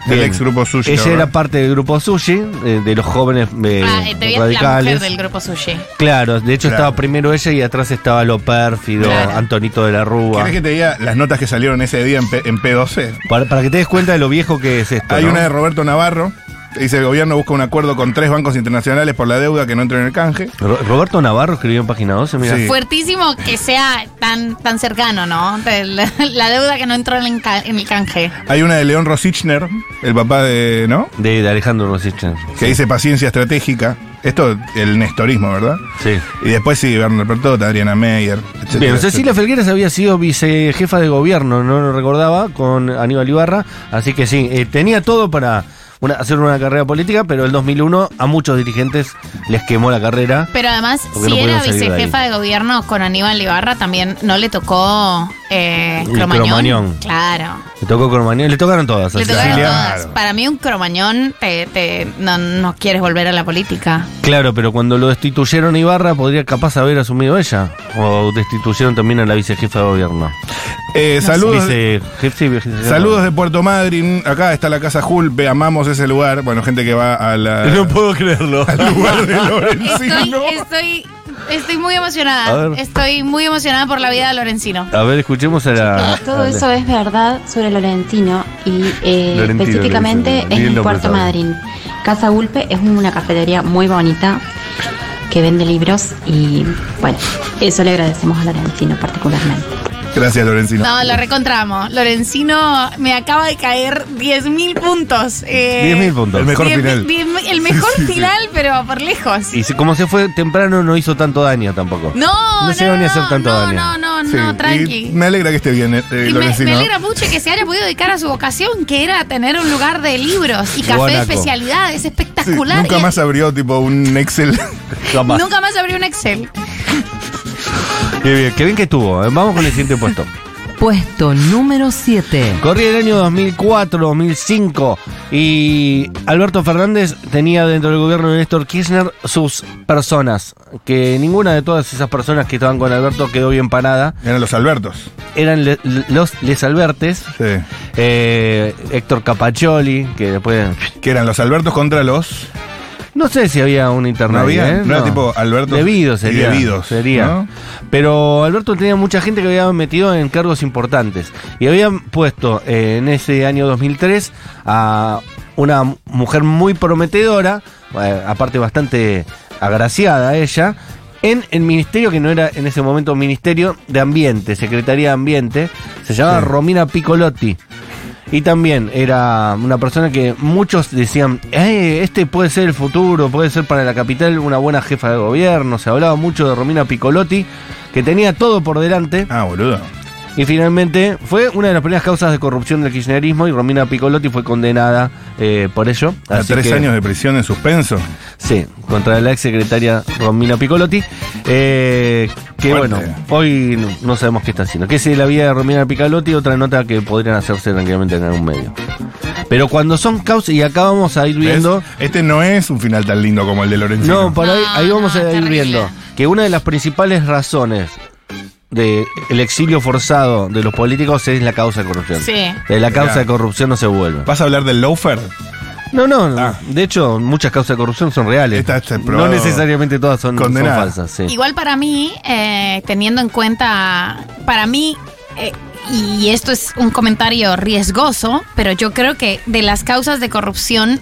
Speaker 3: del
Speaker 1: Bien.
Speaker 3: ex grupo sushi.
Speaker 1: Ella
Speaker 3: ¿no?
Speaker 1: era parte del grupo Sushi, eh, de los jóvenes eh,
Speaker 2: Ah, eh, te vi la mujer
Speaker 1: radicales.
Speaker 2: del grupo Sushi.
Speaker 1: Claro, de hecho
Speaker 3: Claro.
Speaker 1: estaba primero ella y atrás estaba Lo Pérfido,
Speaker 2: Claro.
Speaker 1: Antonito de la Rúa.
Speaker 3: ¿Querés que te diga las notas que salieron ese día en, P 12
Speaker 1: Para, para que te des cuenta de lo viejo que es esto.
Speaker 3: Hay
Speaker 1: ¿no?
Speaker 3: una de Roberto Navarro. que Dice, el gobierno busca un acuerdo con tres bancos internacionales por la deuda que no entra en el canje.
Speaker 1: Ro- Roberto Navarro escribió en página 12, mira.
Speaker 3: Sí.
Speaker 2: Fuertísimo que sea tan, tan cercano, ¿no? De La, la deuda que no entró en el, ca- en el canje.
Speaker 3: Hay una de León Rosichner, el papá de, ¿no?
Speaker 1: De, de Alejandro Rosichan.
Speaker 3: Que dice paciencia estratégica. Esto, el nestorismo, ¿verdad?
Speaker 1: Sí.
Speaker 3: Y después sí, Werner Pertot, Adriana Meyer, etcétera,
Speaker 1: Bien,
Speaker 3: etcétera.
Speaker 1: Cecilia Felgueras había sido vicejefa de gobierno, no lo recordaba, con Aníbal Ibarra. Así que sí, eh, tenía todo para una- hacer una carrera política, pero el 2001 a muchos dirigentes les quemó la carrera.
Speaker 2: Pero además,
Speaker 1: Porque no
Speaker 2: si era
Speaker 1: pudieron salir de
Speaker 2: vicejefa de gobierno con Aníbal Ibarra, también no le tocó eh,
Speaker 1: El
Speaker 2: cromañón.
Speaker 1: cromañón.
Speaker 2: Claro.
Speaker 1: Le tocó con Manuel- le tocaron todas.
Speaker 2: Le
Speaker 1: así que-
Speaker 2: tocaron
Speaker 3: Cecilia.
Speaker 2: todas.
Speaker 3: Claro.
Speaker 2: Para mí un cromañón te, te- no, no quieres volver a la política.
Speaker 1: Claro, pero cuando lo destituyeron a Ibarra, podría capaz haber asumido ella. O destituyeron también a la vicejefa de gobierno.
Speaker 3: Eh, saludos.
Speaker 1: Vicejefa- sí, vicejefa.
Speaker 3: Saludos de Puerto Madryn, acá está la casa Julpe, amamos ese lugar. Bueno, gente que va a la,
Speaker 1: No puedo creerlo.
Speaker 3: al lugar de Lorenzino.
Speaker 2: Estoy, estoy estoy muy
Speaker 1: A
Speaker 2: emocionada.
Speaker 1: ver.
Speaker 2: Estoy muy emocionada por la vida de Lorencino.
Speaker 1: A ver, escuchemos a la.
Speaker 5: Todo
Speaker 1: a la-
Speaker 5: eso es verdad sobre Lorentino y eh,
Speaker 1: Lorentino,
Speaker 5: específicamente
Speaker 1: Lorentino,
Speaker 5: es
Speaker 1: ni el
Speaker 5: en
Speaker 1: nombre
Speaker 5: Puerto
Speaker 1: sabe.
Speaker 5: Madryn. Casa Ulpe es una cafetería muy bonita que vende libros y bueno, eso le agradecemos a Lorentino particularmente.
Speaker 3: Gracias, Lorencino.
Speaker 2: No, lo recontramos. Lorencino me acaba de caer 10.000 puntos. eh,
Speaker 1: 10.000 puntos.
Speaker 3: El mejor
Speaker 2: diez-
Speaker 3: final.
Speaker 2: diez- el mejor
Speaker 3: Sí, sí, sí.
Speaker 2: final, pero por lejos.
Speaker 1: Y si- como se fue temprano, no hizo tanto daño tampoco.
Speaker 2: No,
Speaker 1: No
Speaker 2: no,
Speaker 1: llegó
Speaker 2: no,
Speaker 1: ni a hacer tanto
Speaker 2: no,
Speaker 1: daño.
Speaker 2: no, no,
Speaker 3: Sí,
Speaker 2: no,
Speaker 3: y
Speaker 2: tranqui.
Speaker 3: Me alegra que esté bien, eh, eh,
Speaker 2: Y me,
Speaker 3: Lorencino.
Speaker 2: me alegra mucho que se haya podido dedicar a su vocación, que era tener un lugar de libros y café
Speaker 1: Guanaco.
Speaker 2: de especialidad. Es
Speaker 3: Sí,
Speaker 2: espectacular.
Speaker 3: nunca
Speaker 2: Y-
Speaker 3: más abrió tipo un Excel.
Speaker 1: Jamás.
Speaker 2: eh. nunca más abrí un Excel.
Speaker 1: Qué bien, qué bien que estuvo. Eh, Vamos con el siguiente puesto.
Speaker 4: Puesto número 7.
Speaker 1: Corría el año 2004, 2005 y Alberto Fernández tenía dentro del gobierno de Néstor Kirchner sus personas, que ninguna de todas esas personas que estaban con Alberto quedó bien parada.
Speaker 3: Eran los Albertos.
Speaker 1: Eran le- le- los Les Albertes,
Speaker 3: Sí.
Speaker 1: eh, Héctor Capaccioli, que después...
Speaker 3: Que eran los Albertos contra los.
Speaker 1: No sé si había un internet. ¿eh?
Speaker 3: No había, no era tipo Alberto
Speaker 1: Debido
Speaker 3: y
Speaker 1: sería.
Speaker 3: Debidos,
Speaker 1: sería.
Speaker 3: ¿no?
Speaker 1: Pero Alberto tenía mucha gente que había metido en cargos importantes. Y habían puesto eh, en ese año 2003 a una mu- mujer muy prometedora, eh, aparte bastante agraciada ella, en el ministerio que no era en ese momento Ministerio de Ambiente, Secretaría de Ambiente, se llamaba
Speaker 3: Sí.
Speaker 1: Romina Piccolotti. Y también era una persona que muchos decían, "Eh, este puede ser el futuro, puede ser para la capital una buena jefa de gobierno. Se hablaba mucho de Romina Piccolotti, que tenía todo por delante.
Speaker 3: Ah, boludo.
Speaker 1: Y finalmente fue una de las primeras causas de corrupción del kirchnerismo y Romina Piccolotti fue condenada eh, por ello.
Speaker 3: A
Speaker 1: Así
Speaker 3: tres
Speaker 1: que-
Speaker 3: años de prisión en suspenso.
Speaker 1: Sí, contra la ex secretaria Romina Piccolotti. eh, que
Speaker 3: Fuerte.
Speaker 1: bueno, hoy no- no sabemos qué está haciendo. Que es la vida de Romina Piccolotti, otra nota que podrían hacerse tranquilamente en algún medio. Pero cuando son causas, y acá vamos a ir
Speaker 3: ¿Ves?
Speaker 1: viendo.
Speaker 3: Este no es un final tan lindo como el de Lorenzino.
Speaker 1: No, por ahí,
Speaker 2: No,
Speaker 1: ahí vamos
Speaker 2: no,
Speaker 1: a ir
Speaker 2: terrible.
Speaker 1: viendo que una de las principales razones del exilio forzado de los políticos es la causa de corrupción.
Speaker 2: Sí.
Speaker 1: De la causa
Speaker 3: Mirá.
Speaker 1: de corrupción no se vuelve.
Speaker 3: ¿Vas a hablar del loafer?
Speaker 1: No, no, no.
Speaker 3: Ah.
Speaker 1: de hecho muchas causas de corrupción son reales.
Speaker 3: Esta está
Speaker 1: no
Speaker 3: probado.
Speaker 1: necesariamente todas son, son
Speaker 3: Condenada.
Speaker 1: falsas. sí.
Speaker 2: Igual para mí, eh, teniendo en cuenta, para mí, eh, y esto es un comentario riesgoso, pero yo creo que de las causas de corrupción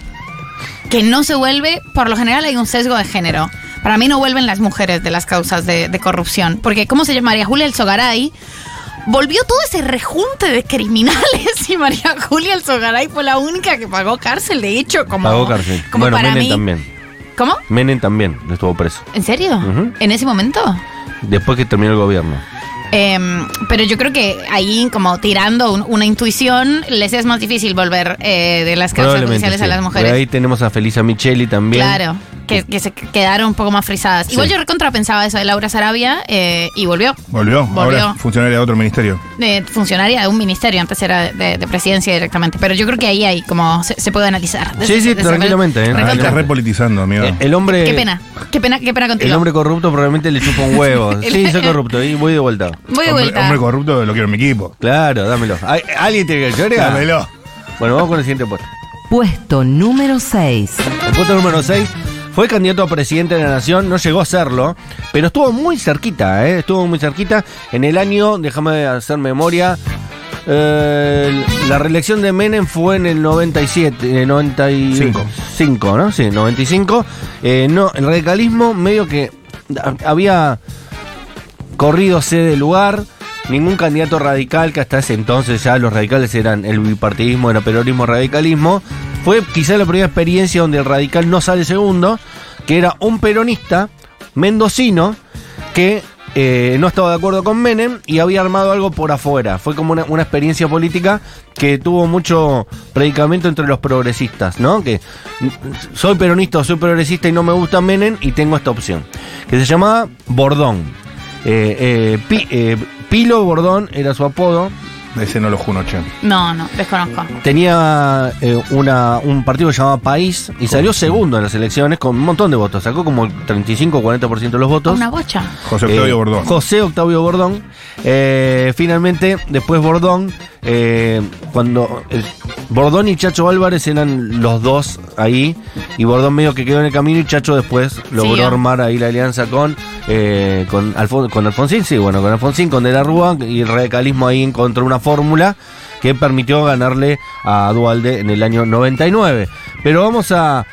Speaker 2: que no se vuelve, por lo general hay un sesgo de género. Para mí no vuelven las mujeres de las causas de, de corrupción, porque ¿cómo se llamaría? Julia El Sogaray. Volvió todo ese rejunte de criminales y María Julia El Sogaray fue la única que pagó cárcel, de hecho, como,
Speaker 1: Pagó cárcel.
Speaker 2: como
Speaker 1: bueno,
Speaker 2: para
Speaker 1: Menem
Speaker 2: mí.
Speaker 1: también.
Speaker 2: ¿Cómo?
Speaker 1: Menem también estuvo preso.
Speaker 2: ¿En serio?
Speaker 1: Ujú.
Speaker 2: ¿En ese momento?
Speaker 1: Después que terminó el gobierno.
Speaker 2: Em, pero yo creo que ahí, como tirando un- una intuición, les es más difícil volver eh, de las causas
Speaker 1: Probablemente.
Speaker 2: judiciales a
Speaker 1: sí.
Speaker 2: las
Speaker 1: Por ahí
Speaker 2: mujeres.
Speaker 1: tenemos a Felisa Micheli también.
Speaker 2: Claro, que, que se quedaron un poco más frisadas. Igual
Speaker 1: Sí.
Speaker 2: yo recontrapensaba eso de Laura Sarabia eh, y volvió.
Speaker 3: Volvió.
Speaker 2: Volvió.
Speaker 3: Ahora funcionaria de otro ministerio.
Speaker 2: Eh, funcionaria de un ministerio, antes era de, de presidencia directamente. Pero yo creo que ahí hay como se, se puede analizar.
Speaker 1: Sí, sí,
Speaker 2: Desde- desde-
Speaker 1: tranquilamente, eh.
Speaker 3: Ah,
Speaker 2: Recontra-
Speaker 3: estás repolitizando, amigo.
Speaker 1: Eh, El hombre.
Speaker 2: Qué pena, qué pena, qué pena contigo.
Speaker 1: El hombre corrupto probablemente le chupa un huevo.
Speaker 2: El-
Speaker 1: sí, soy corrupto. Y voy de vuelta.
Speaker 2: Voy de
Speaker 3: Hombre-
Speaker 2: vuelta.
Speaker 3: Hombre corrupto, lo quiero en mi equipo.
Speaker 1: Claro, dámelo. Ay, ¿Alguien tiene que llorar?
Speaker 3: Dámelo.
Speaker 1: Bueno, vamos con el siguiente puesto.
Speaker 4: Puesto número 6.
Speaker 1: El puesto número 6 fue candidato a presidente de la nación, no llegó a serlo, pero estuvo muy cerquita, ¿eh? estuvo muy cerquita. En el año, déjame hacer memoria, eh, la reelección de Menem fue en el 97, en el 95, ¿no? Sí, 95. Eh, no, el radicalismo medio que a- había corrido C de lugar. Ningún candidato radical, que hasta ese entonces ya los radicales eran el bipartidismo, era peronismo, radicalismo, fue quizá la primera experiencia donde el radical no sale segundo, que era un peronista mendocino que eh, no estaba de acuerdo con Menem y había armado algo por afuera. Fue como una, una experiencia política que tuvo mucho predicamento entre los progresistas, ¿no? Que mm, soy peronista o soy progresista y no me gusta Menem y tengo esta opción, que se llamaba Bordón. Eh, eh, Pi- eh, Pilo Bordón era su apodo.
Speaker 3: Ese no lo juno, che.
Speaker 2: No, no, desconozco.
Speaker 1: Tenía eh, una, un partido que se llamaba País y salió segundo en las elecciones con un montón de votos. Sacó como el 35 o 40% de los votos.
Speaker 2: Una bocha.
Speaker 3: José Octavio
Speaker 1: Eh,
Speaker 3: Bordón.
Speaker 1: José Octavio Bordón. Eh, finalmente, después Bordón, eh, cuando eh, Bordón y Chacho Álvarez eran los dos ahí. Y Bordón medio que quedó en el camino y Chacho después logró
Speaker 2: Siguió.
Speaker 1: armar ahí la alianza con, eh, con, Alfon- con Alfonsín, sí, bueno, con Alfonsín, con De la Rúa. Y el radicalismo ahí encontró una fórmula que permitió ganarle a Dualde en el año 99. Pero vamos a...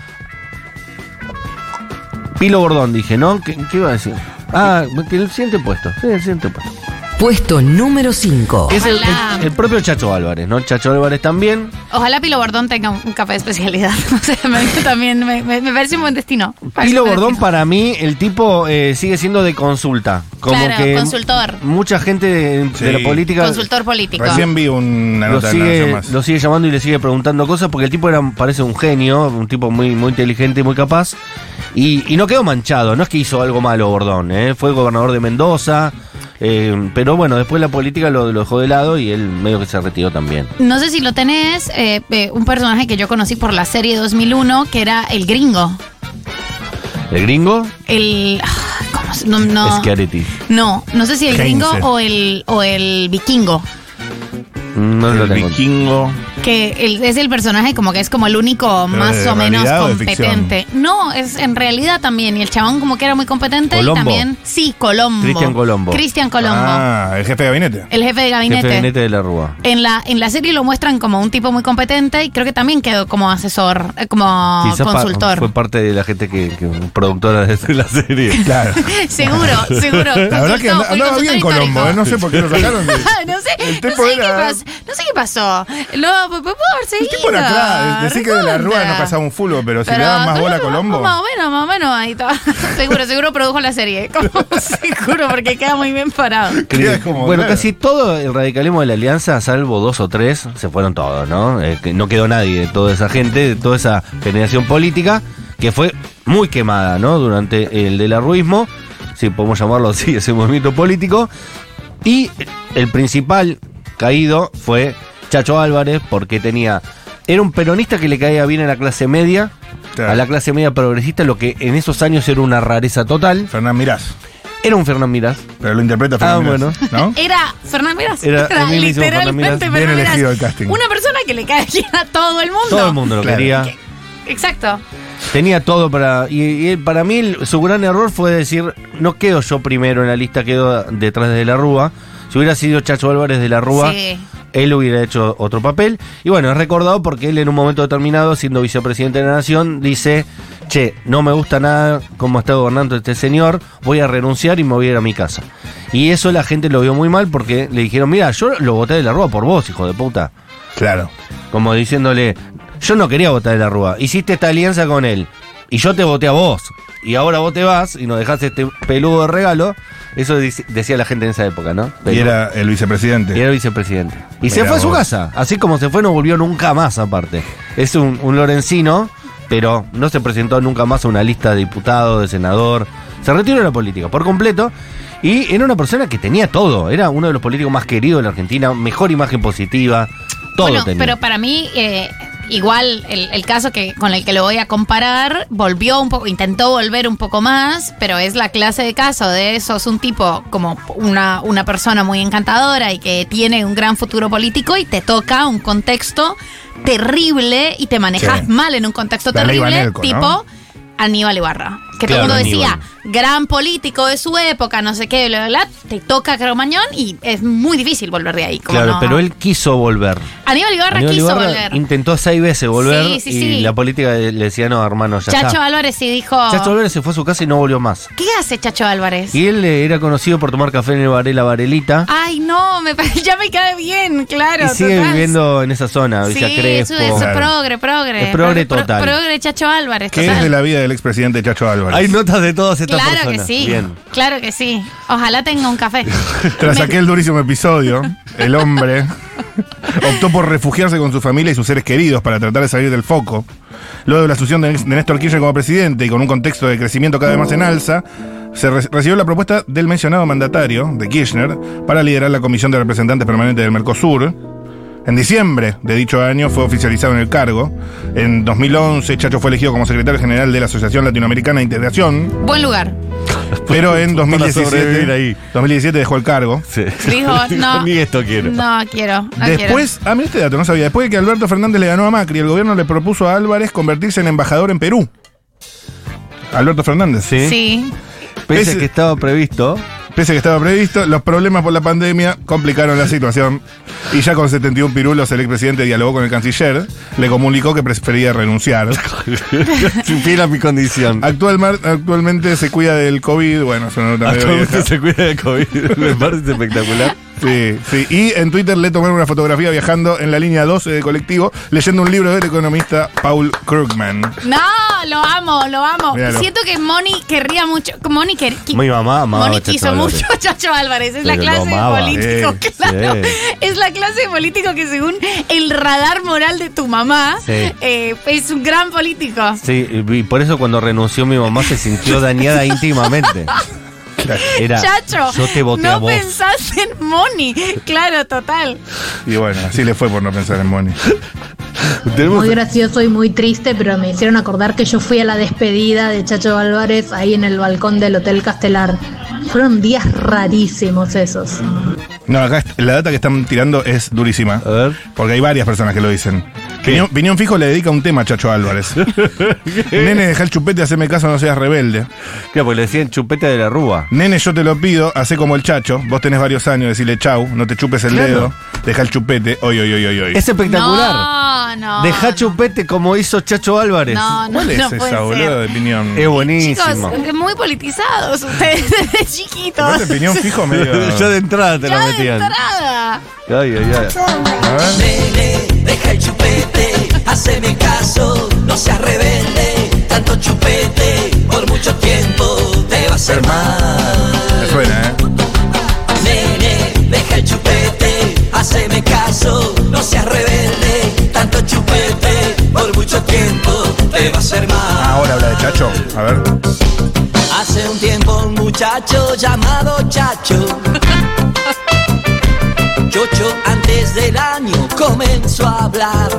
Speaker 1: Pilo Bordón, dije, ¿no? ¿Qué, qué iba a decir? Ah, que el siguiente puesto. Sí, el siguiente puesto.
Speaker 4: Puesto número 5.
Speaker 1: Que es el,
Speaker 2: Ojalá.
Speaker 1: el- el propio Chacho Álvarez, ¿no? Chacho Álvarez también.
Speaker 2: Ojalá Pilo Bordón tenga un, un café de especialidad. O sea, me, también me, me- me parece un buen destino. Me parece
Speaker 1: Pilo
Speaker 2: un buen
Speaker 1: Bordón,
Speaker 2: destino.
Speaker 1: para mí, el tipo eh, sigue siendo de consulta. Como
Speaker 2: Claro,
Speaker 1: que
Speaker 2: consultor.
Speaker 1: Mucha gente de, de
Speaker 3: Sí.
Speaker 1: la política
Speaker 2: Consultor político.
Speaker 3: Recién vi una
Speaker 1: lo
Speaker 3: nota de la Nación
Speaker 1: sigue,
Speaker 3: más.
Speaker 1: lo sigue llamando y le sigue preguntando cosas porque el tipo era, parece un genio, un tipo muy, muy inteligente y muy capaz. Y, y no quedó manchado, no es que hizo algo malo Bordón, ¿eh? fue gobernador de Mendoza. eh, pero bueno, después la política lo, lo dejó de lado y él medio que se retiró también.
Speaker 2: No sé si lo tenés, eh, eh, un personaje que yo conocí por la serie 2001, que era el gringo.
Speaker 1: ¿El gringo?
Speaker 2: El. ah, ¿Cómo se- no, no,
Speaker 1: Schiaretti.
Speaker 2: no, no sé si el gringo
Speaker 3: Heinze.
Speaker 2: o el, o el vikingo.
Speaker 1: No lo
Speaker 3: el
Speaker 1: tengo.
Speaker 3: vikingo.
Speaker 2: Que el- es el personaje como que es como el único
Speaker 3: Pero
Speaker 2: más
Speaker 3: de
Speaker 2: o menos
Speaker 3: realidad o de
Speaker 2: competente. no, es en realidad también. Y el chabón como que era muy competente
Speaker 1: Colombo.
Speaker 2: y también. Sí, Colombo.
Speaker 1: Cristian Colombo.
Speaker 2: Cristian Colombo. Eh,
Speaker 3: Ah, el jefe de gabinete.
Speaker 2: El jefe de
Speaker 1: Jefe
Speaker 2: gabinete.
Speaker 1: de gabinete de la Rúa.
Speaker 2: En la, en la serie lo muestran como un tipo muy competente y creo que también quedó como asesor, eh, como
Speaker 1: Quizás pa-
Speaker 2: consultor.
Speaker 1: fue parte de la gente que, que- productora de la serie.
Speaker 3: Claro.
Speaker 2: seguro, seguro.
Speaker 3: La verdad que
Speaker 2: Consultó,
Speaker 3: andaba,
Speaker 2: fue
Speaker 3: andaba
Speaker 2: consultor
Speaker 3: bien
Speaker 2: histórico.
Speaker 3: Colombo, ¿eh? no sé por qué lo sacaron. de-
Speaker 2: no sé,
Speaker 3: El
Speaker 2: no
Speaker 3: tipo
Speaker 2: sé, qué
Speaker 3: era-
Speaker 2: pasó, no sé qué pasó. Lo pu- pu- pudo haber seguido.
Speaker 3: El tipo era claro, decir que de la Rúa no pasaba un fulbo, pero si le daban más bola a Colombo.
Speaker 2: Más o menos, más o menos. Ahí estaba. seguro, seguro produjo la serie. Como seguro, porque queda muy bien parado.
Speaker 3: queda como-
Speaker 1: bueno,
Speaker 3: claro.
Speaker 1: casi todo el radicalismo de la alianza, salvo dos o tres, se fueron todos, ¿no? Eh, que no quedó nadie de toda esa gente, de toda esa generación política, que fue muy quemada, ¿no? Durante el del arruismo, si podemos llamarlo así, ese movimiento político. Y el principal caído fue Chacho Álvarez, porque tenía. Era un peronista que le caía bien a la clase media,
Speaker 3: Claro.
Speaker 1: a la clase media progresista, lo que en esos años era una rareza total.
Speaker 3: Fernán Mirás,
Speaker 1: Era un Fernán Mirás.
Speaker 3: pero lo interpreta
Speaker 1: Ah,
Speaker 3: Fernán Mirás, ¿no?
Speaker 2: Era Fernán Miras.
Speaker 1: Era el mismísimo Fernán Miras.
Speaker 2: literalmente
Speaker 1: Bien
Speaker 2: Fernán Miras.
Speaker 3: elegido el casting.
Speaker 2: Una persona que le cae bien a todo el mundo.
Speaker 1: Todo el mundo lo
Speaker 3: Claro.
Speaker 1: quería.
Speaker 2: Exacto.
Speaker 1: Tenía todo para. Y, y él- para mí, el- su gran error fue decir: No quedo yo primero en la lista, quedo detrás de la Rúa. Si hubiera sido Chacho Álvarez de la Rúa,
Speaker 2: Sí.
Speaker 1: él hubiera hecho otro papel. Y bueno, es recordado porque él, en un momento determinado, siendo vicepresidente de la Nación, dice: Che, no me gusta nada cómo está gobernando este señor, voy a renunciar y me voy a ir a mi casa. Y eso la gente lo vio muy mal porque le dijeron: Mira, yo lo voté de la Rúa por vos, hijo de puta.
Speaker 3: Claro.
Speaker 1: Como diciéndole, yo no quería votar de la Rúa, hiciste esta alianza con él y yo te voté a vos y ahora vos te vas y nos dejás este peludo de regalo. Eso dice- decía la gente en esa época, ¿no?
Speaker 3: Y era el vicepresidente.
Speaker 1: y era vicepresidente. Y se
Speaker 3: Mirá
Speaker 1: fue a su
Speaker 3: vos.
Speaker 1: casa, así como se fue no volvió nunca más aparte. Es un, un lorencino, pero no se presentó nunca más a una lista de diputado, de senador. Se retiró de la política por completo y era una persona que tenía todo. Era uno de los políticos más queridos de la Argentina, mejor imagen positiva, todo
Speaker 2: bueno,
Speaker 1: tenía.
Speaker 2: pero para mí, eh, igual el, el caso que con el que lo voy a comparar, volvió un poco, intentó volver un poco más, pero es la clase de caso de sos un tipo como una, una persona muy encantadora y que tiene un gran futuro político y te toca un contexto terrible y te manejas
Speaker 3: Sí.
Speaker 2: mal en un contexto
Speaker 3: La ley
Speaker 2: terrible,
Speaker 3: Vanelco, ¿no?
Speaker 2: tipo Aníbal Ibarra. Que
Speaker 1: Claro,
Speaker 2: todo el mundo
Speaker 1: Aníbal.
Speaker 2: decía, gran político de su época, no sé qué, bla, bla, bla, te toca Cromañón y es muy difícil volver de ahí. como
Speaker 1: Claro,
Speaker 2: no-
Speaker 1: pero él quiso volver.
Speaker 2: Aníbal Ibarra
Speaker 1: Aníbal
Speaker 2: quiso
Speaker 1: Ibarra
Speaker 2: volver.
Speaker 1: Intentó seis veces volver
Speaker 2: Sí, sí,
Speaker 1: y
Speaker 2: sí.
Speaker 1: la política le le decía, no, hermano, ya
Speaker 2: Chacho
Speaker 1: está.
Speaker 2: Álvarez sí dijo.
Speaker 1: Chacho Álvarez se fue a su casa y no volvió más.
Speaker 2: ¿Qué hace Chacho Álvarez?
Speaker 1: Y él eh, era conocido por tomar café en el Varela Varelita.
Speaker 2: Ay, no, me, pare- ya me cae bien, Ah, claro.
Speaker 1: y sigue
Speaker 2: total.
Speaker 1: viviendo en esa zona,
Speaker 2: Sí,
Speaker 1: Villa
Speaker 2: eso
Speaker 1: Crespo.
Speaker 2: es eso,
Speaker 3: Claro.
Speaker 2: progre, progre.
Speaker 1: Es progre
Speaker 2: Pro-
Speaker 1: total.
Speaker 2: progre Chacho Álvarez.
Speaker 3: ¿Qué
Speaker 2: total.
Speaker 3: es de la vida del expresidente Chacho Álvarez?
Speaker 1: Hay notas de todas estas
Speaker 2: Claro
Speaker 1: personas.
Speaker 2: que sí.
Speaker 1: Bien.
Speaker 2: Claro que sí. Ojalá tenga un café.
Speaker 3: Tras
Speaker 2: Me-
Speaker 3: aquel durísimo episodio, el hombre optó por refugiarse con su familia y sus seres queridos para tratar de salir del foco. Luego de la asunción de Nés- de Néstor Kirchner como presidente y con un contexto de crecimiento cada vez más en alza, se re- recibió la propuesta del mencionado mandatario, de Kirchner, para liderar la Comisión de Representantes Permanentes del Mercosur, En diciembre de dicho año fue oficializado en el cargo. En 2011 Chacho fue elegido como secretario general de la Asociación Latinoamericana de Integración,
Speaker 2: Buen lugar.
Speaker 3: pero en
Speaker 1: sobrevivir
Speaker 3: 2017,
Speaker 1: ahí.
Speaker 3: 2017 dejó el cargo.
Speaker 1: Sí.
Speaker 2: Dijo, no.
Speaker 1: Ni esto quiero.
Speaker 2: No Ah. quiero. No
Speaker 3: Después, a mí este dato no sabía, después de que Alberto Fernández le ganó a Macri, el gobierno le propuso a Álvarez convertirse en embajador en Perú. Alberto Fernández.
Speaker 1: Sí.
Speaker 2: quiero. Sí.
Speaker 1: Pese a
Speaker 3: Ese-
Speaker 1: que estaba previsto.
Speaker 3: Pese a que estaba previsto, los problemas por la pandemia complicaron la situación y ya con 71 pirulos el expresidente dialogó con el canciller, le comunicó que prefería renunciar.
Speaker 1: Sin fiel a mi condición.
Speaker 3: Actual mar- actualmente se cuida del COVID, bueno, es una nota medio
Speaker 1: Actualmente
Speaker 3: vieja.
Speaker 1: se cuida de COVID. Me parece espectacular.
Speaker 3: Sí, sí. Y en Twitter le tomaron una fotografía viajando en la línea 12 de colectivo, leyendo un libro del economista Paul Krugman.
Speaker 2: No, lo amo, lo amo.
Speaker 3: Míralo.
Speaker 2: Siento que Moni querría mucho. Moni quer- qui-
Speaker 1: Mi mamá amaba
Speaker 2: Moni
Speaker 1: a Chacho
Speaker 2: quiso
Speaker 1: Álvarez.
Speaker 2: mucho a Chacho Álvarez. Es la
Speaker 1: Pero lo
Speaker 2: clase de
Speaker 1: amaba.
Speaker 2: político.
Speaker 1: Sí,
Speaker 2: claro.
Speaker 1: sí.
Speaker 2: Es la clase de político que, según el radar moral de tu mamá,
Speaker 1: Sí.
Speaker 2: eh, es un gran político.
Speaker 1: Sí, y por eso cuando renunció mi mamá se sintió dañada íntimamente. Era,
Speaker 2: Chacho,
Speaker 1: yo te voté
Speaker 2: no
Speaker 1: a vos.
Speaker 2: pensaste en Moni. Claro, total.
Speaker 3: Y bueno, así le fue por no pensar en Moni.
Speaker 1: Tenemos-
Speaker 6: Muy gracioso y muy triste, pero me hicieron acordar que yo fui a la despedida de Chacho Álvarez ahí en el balcón del Hotel Castelar. Fueron días rarísimos esos.
Speaker 3: No, acá est- la data que están tirando es durísima.
Speaker 1: A ver.
Speaker 3: Porque hay varias personas que lo dicen.
Speaker 1: ¿Qué?
Speaker 3: Piñón, Piñón Fijo le dedica un tema a Chacho Álvarez. Nene, deja el chupete, haceme caso, no seas rebelde.
Speaker 1: Claro, porque le decían chupeta de la rúa.
Speaker 3: Nene, yo te lo pido, hace como el Chacho. Vos tenés varios años, decirle chau, no te chupes el
Speaker 1: Claro.
Speaker 3: dedo, deja el chupete, oy, oy, oy, oy, oy.
Speaker 1: Es espectacular.
Speaker 2: No, no.
Speaker 1: Deja
Speaker 2: no.
Speaker 1: chupete como hizo Chacho Álvarez.
Speaker 2: No, no,
Speaker 3: ¿Cuál es
Speaker 2: no puede
Speaker 3: esa, boludo, de
Speaker 2: ser.
Speaker 3: Piñón?
Speaker 1: Es buenísimo.
Speaker 2: Chicos, muy politizados ustedes desde chiquitos.
Speaker 3: Aparte, Piñón Fijo medio...
Speaker 1: ya de entrada te
Speaker 2: Ya
Speaker 1: lo
Speaker 2: de
Speaker 1: metían.
Speaker 2: entrada.
Speaker 1: Ay, ay, ay.
Speaker 3: A ver.
Speaker 7: Nene, deja el chupete, haceme caso, no seas rebelde, tanto chupete, por mucho tiempo te va a hacer mal.
Speaker 3: Me suena, ¿eh?
Speaker 7: Nene, deja el chupete, haceme caso, no seas rebelde, tanto chupete, por mucho tiempo te va a hacer mal.
Speaker 3: Ahora habla de Chacho, a ver.
Speaker 7: Hace un tiempo un muchacho llamado Chacho. Chocho antes del año comenzó a hablar.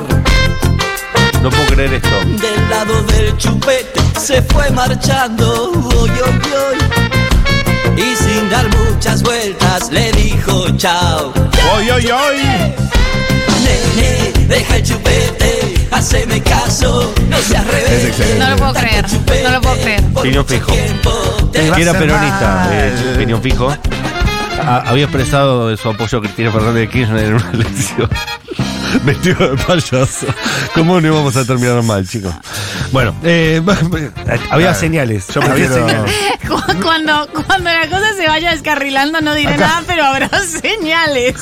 Speaker 1: No puedo creer esto.
Speaker 7: Del lado del chupete se fue marchando. Oy, oy, oy. Y sin dar muchas vueltas le dijo chao.
Speaker 3: ¡Oy, oy, oy!
Speaker 7: Nene, deja el chupete, haceme caso, no seas rebelde.
Speaker 3: excelente.
Speaker 2: No lo puedo creer, no lo puedo creer.
Speaker 7: Por
Speaker 1: Piñón
Speaker 7: mucho
Speaker 1: fijo.
Speaker 7: tiempo te va a
Speaker 1: Que era
Speaker 7: hacer
Speaker 1: peronista,
Speaker 7: mal.
Speaker 1: eh, Piñón Fijo. Ha- había expresado su apoyo a Cristina Fernández de Kirchner en una elección. Vestido de payaso. ¿Cómo no íbamos a terminar mal, chicos? Bueno, eh, había señales.
Speaker 3: Yo
Speaker 1: había
Speaker 3: prefiero...
Speaker 1: señales.
Speaker 2: Cu- Cuando, cuando la cosa se vaya descarrilando no diré nada, pero habrá señales.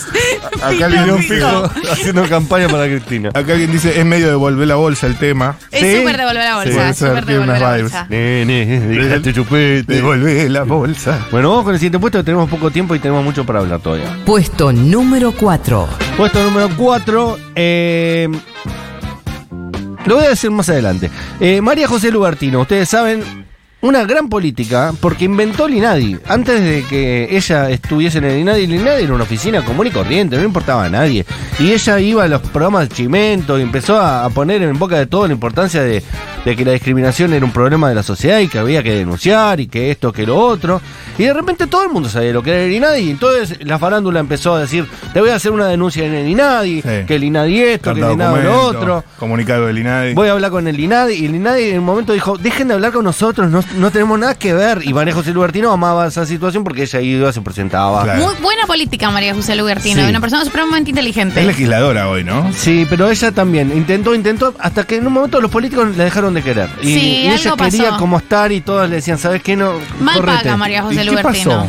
Speaker 3: Acá el
Speaker 2: Piñón
Speaker 3: Piñón
Speaker 2: fijo.
Speaker 1: haciendo campaña para Cristina.
Speaker 3: Acá alguien dice, es medio de volver la bolsa el tema.
Speaker 2: Es súper de volver a
Speaker 3: Sí,
Speaker 2: bolsa,
Speaker 3: puede
Speaker 2: es
Speaker 3: ser,
Speaker 2: súper de
Speaker 3: tiene
Speaker 2: volver
Speaker 3: unas
Speaker 2: a
Speaker 3: vibes.
Speaker 2: bolsa.
Speaker 1: Nene, dejate chupete.
Speaker 3: Devolver la bolsa.
Speaker 1: Bueno, vamos con el siguiente puesto, que tenemos poco tiempo y tenemos mucho para hablar todavía.
Speaker 4: Puesto número 4.
Speaker 1: Puesto número eh, 4. lo voy a decir más adelante. Eh, María José Lubertino, ustedes saben, una gran política porque inventó el INADI. Antes de que ella estuviese en el INADI, el INADI era una oficina común y corriente, no importaba a nadie. Y ella iba a los programas de Chimento y empezó a, a poner en boca de todo la importancia de, de que la discriminación era un problema de la sociedad y que había que denunciar y que esto, que lo otro. Y de repente todo el mundo sabía lo que era el INADI. Entonces la farándula empezó a decir, te voy a hacer una denuncia en el INADI,
Speaker 3: Sí.
Speaker 1: que el INADI esto, que
Speaker 3: Carta
Speaker 1: el INADI lo
Speaker 3: documento,
Speaker 1: otro.
Speaker 3: Comunicado del INADI.
Speaker 1: Voy a hablar con el INADI. Y el INADI en un momento dijo, dejen de hablar con nosotros, no, no tenemos nada que ver. Y María José Lubertino amaba esa situación porque ella iba, se presentaba.
Speaker 3: Claro.
Speaker 2: Muy buena política, María José Lubertino.
Speaker 1: Sí.
Speaker 2: Una persona supremamente inteligente.
Speaker 3: Es legisladora hoy, ¿no?
Speaker 1: Sí, pero ella también intentó, intentó, hasta que en un momento los políticos la dejaron de querer. Y,
Speaker 2: Sí,
Speaker 1: y ella
Speaker 2: algo pasó.
Speaker 1: quería como estar y todos le decían, ¿sabes qué? No,
Speaker 2: Mal
Speaker 1: correte".
Speaker 2: paga María
Speaker 3: ¿Y
Speaker 2: José
Speaker 3: ¿Qué pasó?
Speaker 2: Lubertino.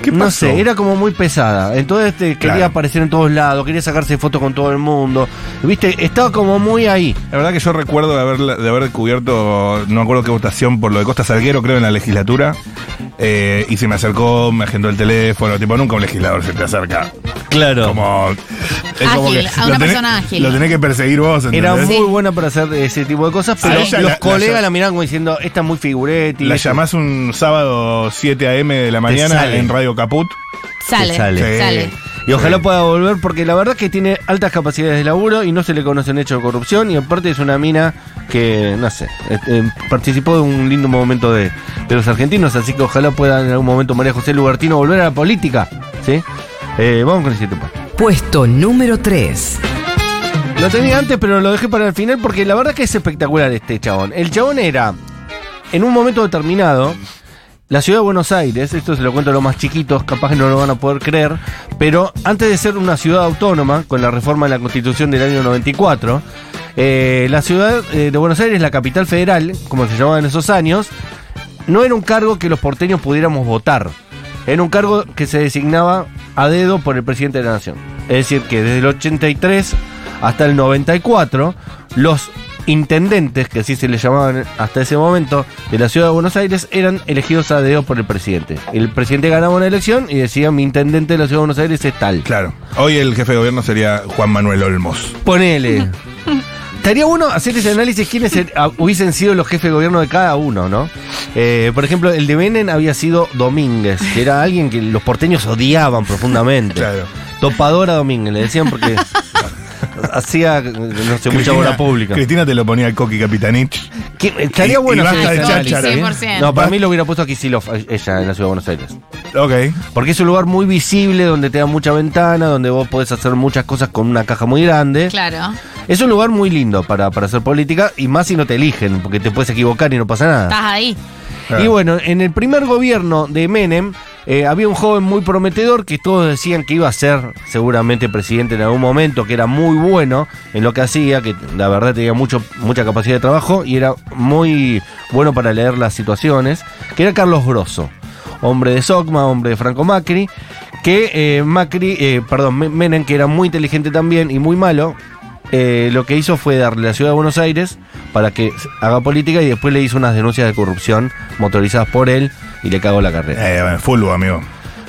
Speaker 3: ¿Qué pasó?
Speaker 1: No sé, era como muy pesada. Entonces este, quería
Speaker 3: Claro.
Speaker 1: aparecer en todos lados, quería sacarse fotos con todo el mundo. Viste, estaba como muy ahí.
Speaker 3: La verdad que yo recuerdo de haber, de haber cubierto, no me acuerdo qué votación, por lo de Costa Salguero, creo, en la legislatura. Eh, y se me acercó, me agendó el teléfono. Tipo, nunca un legislador se te acerca.
Speaker 1: Claro.
Speaker 3: Como. Es
Speaker 2: Ágil, a
Speaker 3: lo
Speaker 2: una
Speaker 3: tenés-
Speaker 2: persona ágil.
Speaker 3: Lo tenés que perseguir vos,
Speaker 1: Era
Speaker 3: ¿entendés?
Speaker 1: muy buena para hacer ese tipo de cosas,
Speaker 3: A
Speaker 1: pero
Speaker 3: ella
Speaker 1: los
Speaker 3: la- la
Speaker 1: colegas la,
Speaker 3: llam-
Speaker 1: miraban como diciendo, esta es muy figureti.
Speaker 3: La
Speaker 1: esto-
Speaker 3: llamás un sábado 7 a.m. de la mañana
Speaker 1: sale.
Speaker 3: en Radio Caput.
Speaker 2: Sale,
Speaker 1: Sale.
Speaker 2: sale.
Speaker 3: Sí.
Speaker 1: Y ojalá pueda volver porque la verdad es que tiene altas capacidades de laburo y no se le conocen hechos de corrupción. Y aparte es una mina que, no sé, eh, eh, participó de un lindo momento de, de los argentinos. Así que ojalá pueda en algún momento María José Lubertino volver a la política. ¿sí? Eh, vamos con el siguiente punto.
Speaker 4: Puesto número 3.
Speaker 1: Lo tenía antes, pero lo dejé para el final porque la verdad que es espectacular este chabón. El chabón era, en un momento determinado, la ciudad de Buenos Aires, esto se lo cuento a los más chiquitos, capaz que no lo van a poder creer, pero antes de ser una ciudad autónoma, con la reforma de la constitución del año 94, eh, la ciudad eh, de Buenos Aires, la capital federal, como se llamaba en esos años, no era un cargo que los porteños pudiéramos votar. Era un cargo que se designaba a dedo por el presidente de la nación. Es decir, que desde el 83 hasta el 94, los intendentes, que así se les llamaban hasta ese momento, de la ciudad de Buenos Aires, eran elegidos a dedo por el presidente. El presidente ganaba una elección y decía, mi intendente de la ciudad de Buenos Aires es tal.
Speaker 3: Claro. Hoy el jefe de gobierno sería Juan Manuel Olmos.
Speaker 1: Ponele. Estaría bueno hacer ese análisis quiénes ser- ah, hubiesen sido los jefes de gobierno de cada uno, ¿no? Eh, por ejemplo, el de Menem había sido Domínguez, que era alguien que los porteños odiaban profundamente.
Speaker 3: Claro.
Speaker 1: Topadora Domínguez, le decían porque hacía, no sé, mucha
Speaker 3: Cristina-
Speaker 1: obra pública.
Speaker 3: Cristina te lo ponía al Coqui Capitanich.
Speaker 1: Que- estaría
Speaker 3: Y-
Speaker 1: bueno
Speaker 3: y
Speaker 1: hacer
Speaker 3: basta
Speaker 1: ese
Speaker 3: de
Speaker 1: análisis,
Speaker 3: cháchara,
Speaker 1: ¿eh?
Speaker 3: ¿eh?
Speaker 2: 100%.
Speaker 1: No, para mí lo hubiera puesto a Kicillof ella en la ciudad de Buenos Aires.
Speaker 3: Ok.
Speaker 1: Porque es un lugar muy visible, donde te da mucha ventana, donde vos podés hacer muchas cosas con una caja muy grande.
Speaker 2: Claro.
Speaker 1: Es un lugar muy lindo para, para hacer política y más si no te eligen, porque te puedes equivocar y no pasa nada.
Speaker 2: Estás ahí.
Speaker 3: Claro.
Speaker 1: Y bueno, en el primer gobierno de Menem eh, había un joven muy prometedor que todos decían que iba a ser seguramente presidente en algún momento, que era muy bueno en lo que hacía, que la verdad tenía mucho, mucha capacidad de trabajo y era muy bueno para leer las situaciones, que era Carlos Grosso, hombre de Socma, hombre de Franco Macri, que eh, Macri, eh, perdón, Me- Menem, que era muy inteligente también y muy malo, eh, lo que hizo fue darle la ciudad de Buenos Aires para que haga política y después le hizo unas denuncias de corrupción motorizadas por él y le cagó la carrera.
Speaker 3: Eh, bueno, fulbo, amigo.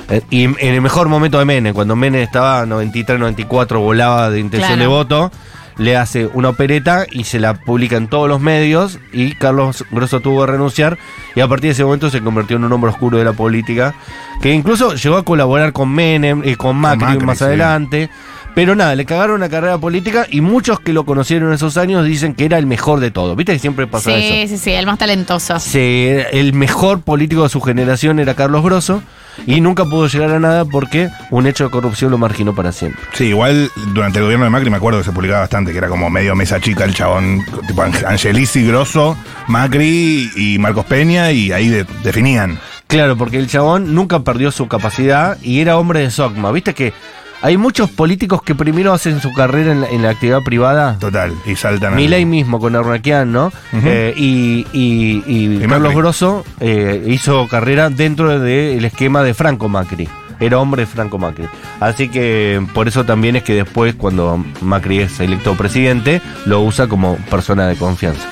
Speaker 1: Eh, Y en el mejor momento de Menem, cuando Menem estaba 93, 94, volaba de intención
Speaker 2: Claro.
Speaker 1: de voto, le hace una opereta y se la publica en todos los medios y Carlos Grosso tuvo que renunciar y a partir de ese momento se convirtió en un hombre oscuro de la política, que incluso llegó a colaborar con Menem, eh, con Macri,
Speaker 3: Macri,
Speaker 1: más
Speaker 3: sí.
Speaker 1: adelante. Pero nada, le cagaron la carrera política y muchos que lo conocieron en esos años dicen que era el mejor de todos. ¿Viste que siempre pasa
Speaker 2: Sí,
Speaker 1: eso?
Speaker 2: sí, sí, el más talentoso.
Speaker 1: se- el mejor político de su generación era Carlos Grosso y nunca pudo llegar a nada porque un hecho de corrupción lo marginó para siempre.
Speaker 3: Sí, igual durante el gobierno de Macri me acuerdo que se publicaba bastante, que era como medio mesa chica el chabón, tipo Ange- Angelisi, Grosso, Macri y Marcos Peña, y ahí de- definían.
Speaker 1: Claro, porque el chabón nunca perdió su capacidad y era hombre de sogma. Viste que hay muchos políticos que primero hacen su carrera en la, en la actividad privada.
Speaker 3: Total, y saltan. al-
Speaker 1: Milei mismo con Arnaquian, ¿no?
Speaker 3: Ujú.
Speaker 1: Eh, y, y- y
Speaker 3: Y
Speaker 1: Carlos
Speaker 3: Macri.
Speaker 1: Grosso eh, hizo carrera dentro del esquema de Franco Macri. Era hombre de Franco Macri. Así que por eso también es que después, cuando Macri es electo presidente, lo usa como persona de confianza.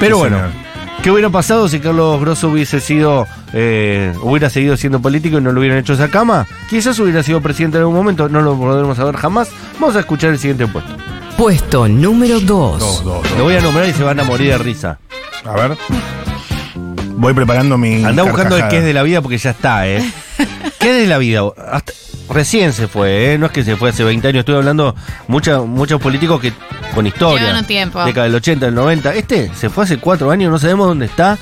Speaker 1: Pero
Speaker 3: Sí,
Speaker 1: bueno,
Speaker 3: señor.
Speaker 1: ¿qué hubiera pasado si Carlos Grosso hubiese sido, eh, hubiera seguido siendo político y no lo hubieran hecho esa cama? Quizás hubiera sido presidente en algún momento, no lo podremos saber jamás. Vamos a escuchar el siguiente puesto.
Speaker 4: Puesto número
Speaker 3: Dos,
Speaker 4: 2.
Speaker 3: dos,
Speaker 1: Lo
Speaker 3: dos.
Speaker 1: voy a nombrar y se van a morir de risa.
Speaker 3: A ver. Voy preparando mi.
Speaker 1: Andá buscando el
Speaker 3: carcajada.
Speaker 1: que es de la vida porque ya está, ¿eh? ¿Qué es de la vida? Hasta- recién se fue, ¿eh? No es que se fue hace 20 años. Estoy hablando mucha- muchos políticos que con historia.
Speaker 2: Llevan un tiempo.
Speaker 1: Década del 80, del 90. Este se fue hace 4 años, no sabemos dónde está.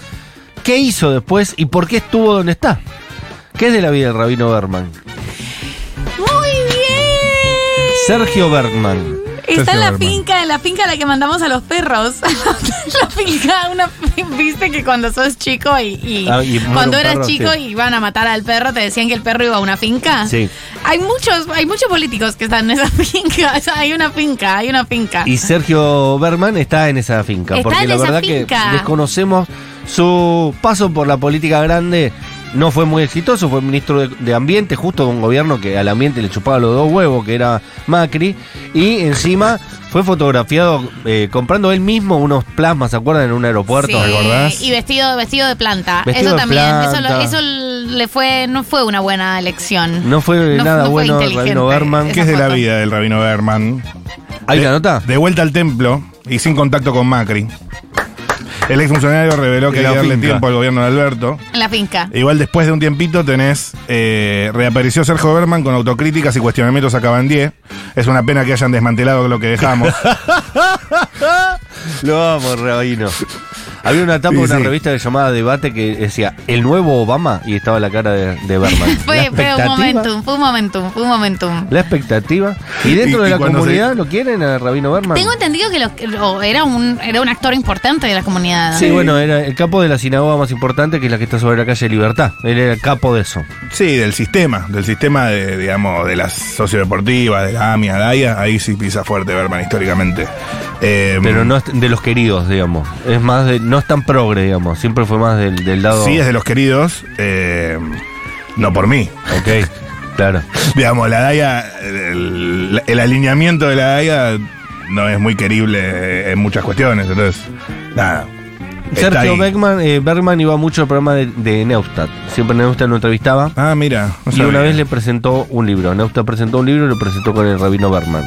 Speaker 1: ¿Qué hizo después y por qué estuvo donde está? ¿Qué es de la vida del Rabino Bergman?
Speaker 2: Muy bien.
Speaker 1: Sergio Bergman.
Speaker 2: Está en la
Speaker 3: Bergman.
Speaker 2: finca, en la finca a la que mandamos a los perros. la finca, una, viste que cuando sos chico y, y
Speaker 1: Ah, y muere
Speaker 2: cuando
Speaker 1: un
Speaker 2: eras
Speaker 1: perro,
Speaker 2: chico
Speaker 1: sí.
Speaker 2: y iban a matar al perro, te decían que el perro iba a una finca.
Speaker 1: Sí.
Speaker 2: Hay muchos, hay muchos políticos que están en esa finca. O sea, hay una finca, hay una finca.
Speaker 1: Y Sergio Berman está en esa finca.
Speaker 2: Está
Speaker 1: porque
Speaker 2: en
Speaker 1: la
Speaker 2: esa
Speaker 1: verdad
Speaker 2: finca.
Speaker 1: que desconocemos su paso por la política grande. No fue muy exitoso, fue ministro de, de Ambiente, justo de un gobierno que al ambiente le chupaba los dos huevos, que era Macri. Y encima fue fotografiado eh, comprando él mismo unos plasmas, ¿se acuerdan? En un aeropuerto,
Speaker 2: Sí,
Speaker 1: ¿recordás?
Speaker 2: Y vestido, vestido de planta.
Speaker 1: Vestido
Speaker 2: eso
Speaker 1: de
Speaker 2: también, eso lo-
Speaker 1: planta.
Speaker 2: eso, le fue, no fue una buena elección.
Speaker 1: No fue
Speaker 2: No-
Speaker 1: nada
Speaker 2: no fue
Speaker 1: bueno el
Speaker 2: inteligente.
Speaker 1: Rabino Berman.
Speaker 3: ¿Qué
Speaker 2: Esa
Speaker 3: es de la
Speaker 2: foto.
Speaker 3: vida del Rabino Berman?
Speaker 1: ¿Hay
Speaker 3: De-
Speaker 1: una nota?
Speaker 3: De vuelta al templo y sin contacto con Macri. El exfuncionario reveló que hay
Speaker 1: La
Speaker 3: que darle
Speaker 1: finca.
Speaker 3: tiempo al gobierno de Alberto. E
Speaker 2: En la finca.
Speaker 3: Igual después de un tiempito tenés, eh, reapareció Sergio Berman con autocríticas y cuestionamientos a Cabandier. Es una pena que hayan desmantelado lo que dejamos.
Speaker 1: Lo vamos, Rabino. Había una etapa de
Speaker 3: Sí,
Speaker 1: una
Speaker 3: sí.
Speaker 1: revista llamada Debate que decía el nuevo Obama y estaba la cara de, de Berman. La
Speaker 2: Fue, fue un
Speaker 1: expectativa-
Speaker 2: momentum, fue un momentum, fue un momentum.
Speaker 1: La expectativa. Y dentro
Speaker 3: Y-
Speaker 1: de
Speaker 3: y
Speaker 1: la
Speaker 3: cuando
Speaker 1: comunidad
Speaker 3: se-
Speaker 1: lo quieren a Rabino Berman.
Speaker 2: Tengo entendido que los- que lo- era, un, era un actor importante de la comunidad.
Speaker 1: Sí, bueno, era el capo de la sinagoga más importante que es la que está sobre la calle Libertad. Él era el capo de eso.
Speaker 3: sí, del sistema, del sistema de, digamos, de las sociodeportivas, de la AMIA, DAIA, ahí sí pisa fuerte Berman históricamente. Eh,
Speaker 1: Pero no es de los queridos, digamos. Es más de. No es tan progre, digamos. Siempre fue más del, del lado.
Speaker 3: Sí, es de los queridos, eh, no por mí.
Speaker 1: Ok, claro.
Speaker 3: Digamos, la DAIA, el, el alineamiento de la DAIA no es muy querible en muchas cuestiones, entonces, nada. está
Speaker 1: Sergio
Speaker 3: ahí.
Speaker 1: Bergman, eh, Bergman iba mucho al programa de, de Neustadt. Siempre Neustadt lo entrevistaba.
Speaker 3: Ah, mira. no
Speaker 1: y una
Speaker 3: sabía.
Speaker 1: vez le presentó un libro. Neustadt presentó un libro y lo presentó con el rabino Bergman.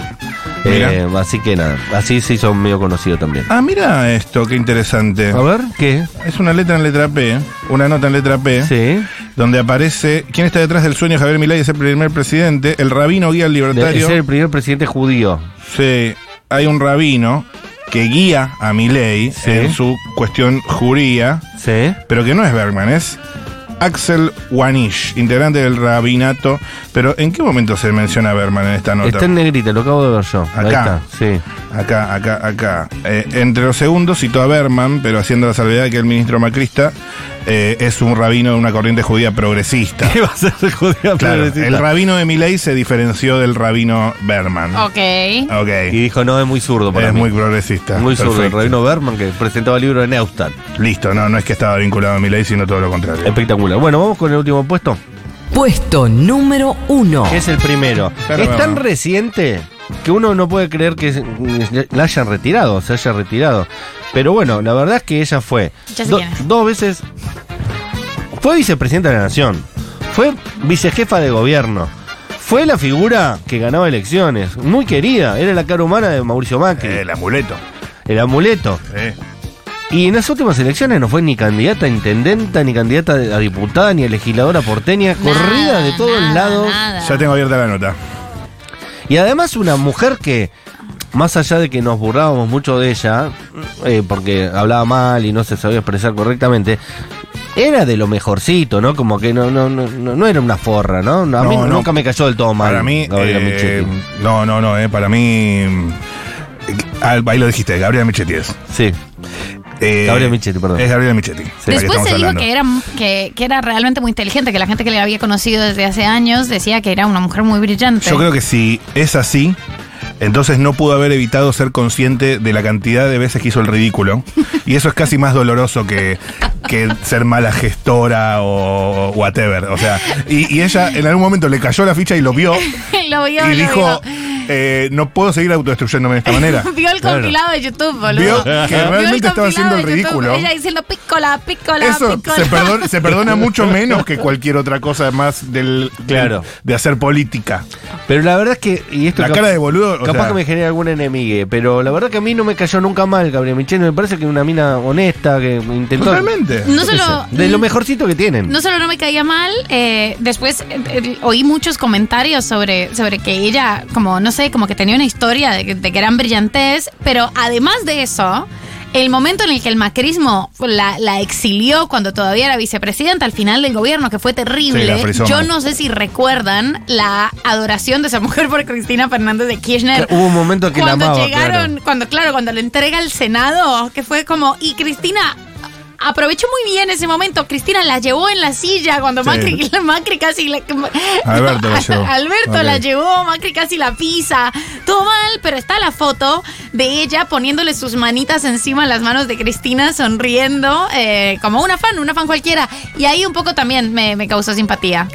Speaker 3: Mira.
Speaker 1: Eh, así que nada, así se hizo medio conocido también.
Speaker 3: Ah, mira esto, qué interesante.
Speaker 1: A ver, ¿qué?
Speaker 3: Es una letra en letra P, una nota en letra P,
Speaker 1: ¿Eh? Sí.
Speaker 3: donde aparece quién está detrás del sueño de Javier Milei de ser primer presidente, el rabino guía al
Speaker 1: De, de
Speaker 3: libertario.
Speaker 1: ser el primer presidente judío.
Speaker 3: Sí, hay un rabino que guía a Milei
Speaker 1: Sí.
Speaker 3: en su cuestión juría,
Speaker 1: Sí.
Speaker 3: pero que no es Bergman, es Axel Wanish, integrante del rabinato. Pero ¿en qué momento se menciona a Bergman en esta nota?
Speaker 1: Está en negrita, lo acabo de ver yo. Ahí
Speaker 3: Acá.
Speaker 1: está, sí.
Speaker 3: Acá, acá, acá. Eh, entre los segundos citó a Berman, pero haciendo la salvedad de que el ministro macrista eh, es un rabino de una corriente judía progresista.
Speaker 1: va a ser judío?
Speaker 3: Claro, el rabino de Milei se diferenció del rabino Berman.
Speaker 1: Ah,
Speaker 2: Ok.
Speaker 3: Ok.
Speaker 1: Y dijo, no, es muy zurdo para
Speaker 3: Es
Speaker 1: mí.
Speaker 3: muy progresista.
Speaker 1: Muy zurdo. El
Speaker 3: Perfecto.
Speaker 1: rabino Berman que presentaba el libro de Neustadt.
Speaker 3: Listo, no, no es que estaba vinculado a Milei, sino todo lo contrario.
Speaker 1: Espectacular. Bueno, vamos con el último puesto.
Speaker 4: Puesto número 1.
Speaker 1: que es el primero.
Speaker 3: Pero
Speaker 1: es tan
Speaker 3: bueno.
Speaker 1: reciente que uno no puede creer que se- la hayan retirado, se haya retirado. Pero bueno, la verdad es que ella fue
Speaker 2: Ya sé
Speaker 1: do-
Speaker 2: quién es.
Speaker 1: dos veces. Fue vicepresidenta de la Nación, fue vicejefa de gobierno, fue la figura que ganaba elecciones, muy querida, era la cara humana de Mauricio Macri,
Speaker 3: El amuleto.
Speaker 1: el amuleto.
Speaker 3: eh.
Speaker 1: Y en las últimas elecciones no fue ni candidata a intendenta, ni candidata a diputada, ni a legisladora porteña, corrida
Speaker 2: Nada,
Speaker 1: de todos
Speaker 2: nada,
Speaker 1: lados.
Speaker 2: nada.
Speaker 3: Ya tengo abierta la nota.
Speaker 1: Y además una mujer que, más allá de que nos burlábamos mucho de ella, eh, porque hablaba mal y no se sabía expresar correctamente, era de lo mejorcito, ¿no? Como que no, no, no, no no era una forra, ¿no? A mí
Speaker 3: No, no.
Speaker 1: nunca me cayó del todo mal.
Speaker 3: Para mí.
Speaker 1: Gabriela
Speaker 3: eh,
Speaker 1: Michetti.
Speaker 3: no, no, no, eh, para mí. mm, ah, ahí lo dijiste, Gabriela Michetti es.
Speaker 1: Sí.
Speaker 3: Eh,
Speaker 1: Gabriela Michetti, perdón.
Speaker 3: Es Gabriela Michetti. de la que
Speaker 2: Después
Speaker 3: estamos
Speaker 2: se dijo
Speaker 3: hablando.
Speaker 2: que era, que, que era realmente muy inteligente, que la gente que le había conocido desde hace años decía que era una mujer muy brillante.
Speaker 3: Yo creo que si es así, entonces no pudo haber evitado ser consciente de la cantidad de veces que hizo el ridículo. Y eso es casi más doloroso que, que ser mala gestora o whatever. O sea, y, y ella en algún momento le cayó la ficha y lo vio
Speaker 2: lo vio,
Speaker 3: y
Speaker 2: lo
Speaker 3: dijo,
Speaker 2: vio.
Speaker 3: eh, no puedo seguir autodestruyéndome de esta manera.
Speaker 2: Vio el compilado de YouTube, boludo.
Speaker 3: Vio que
Speaker 2: el
Speaker 3: realmente estaba
Speaker 2: compilado
Speaker 3: haciendo el
Speaker 2: de YouTube,
Speaker 3: ridículo.
Speaker 2: Ella diciendo pícola, pícola,
Speaker 3: Eso
Speaker 2: pícola.
Speaker 3: se perdona, se perdona mucho menos que cualquier otra cosa más del, del-
Speaker 1: Claro.
Speaker 3: de hacer política.
Speaker 1: Pero la verdad es que... Y esto
Speaker 3: La
Speaker 1: cap-
Speaker 3: cara de boludo. o
Speaker 1: Capaz
Speaker 3: sea,
Speaker 1: que me genera algún enemigue, pero la verdad que a mí no me cayó nunca mal Gabriela Michetti. Me parece que una mina honesta que intentó...
Speaker 3: Totalmente.
Speaker 2: No
Speaker 1: Yo qué
Speaker 2: solo- Mm.
Speaker 1: sé, De lo mejorcito que tienen.
Speaker 2: No solo no me caía mal, eh, después eh, eh, oí muchos comentarios sobre, sobre que ella, como no sé, como que tenía una historia de, que- de que eran brillantes, pero además de eso, el momento en el que el macrismo la, la exilió cuando todavía era vicepresidenta al final del gobierno, que fue
Speaker 3: Sí, la
Speaker 2: terrible,
Speaker 3: frizó
Speaker 2: yo
Speaker 3: mal.
Speaker 2: no sé si recuerdan la adoración de esa mujer por Cristina Fernández de Kirchner.
Speaker 1: Hubo un momento que la
Speaker 2: cuando
Speaker 1: amaba,
Speaker 2: llegaron,
Speaker 1: claro.
Speaker 2: cuando claro, cuando le entrega al Senado, que fue como, y Cristina aprovechó muy bien ese momento, Cristina la llevó en la silla cuando
Speaker 3: Sí.
Speaker 2: Macri, Macri casi la...
Speaker 3: Alberto la
Speaker 2: No,
Speaker 3: llevó.
Speaker 2: Alberto la
Speaker 3: Ok.
Speaker 2: llevó, Macri casi la pisa, todo mal, pero está la foto de ella poniéndole sus manitas encima de las manos de Cristina, sonriendo, eh, como una fan, una fan cualquiera, y ahí un poco también me, me causó simpatía.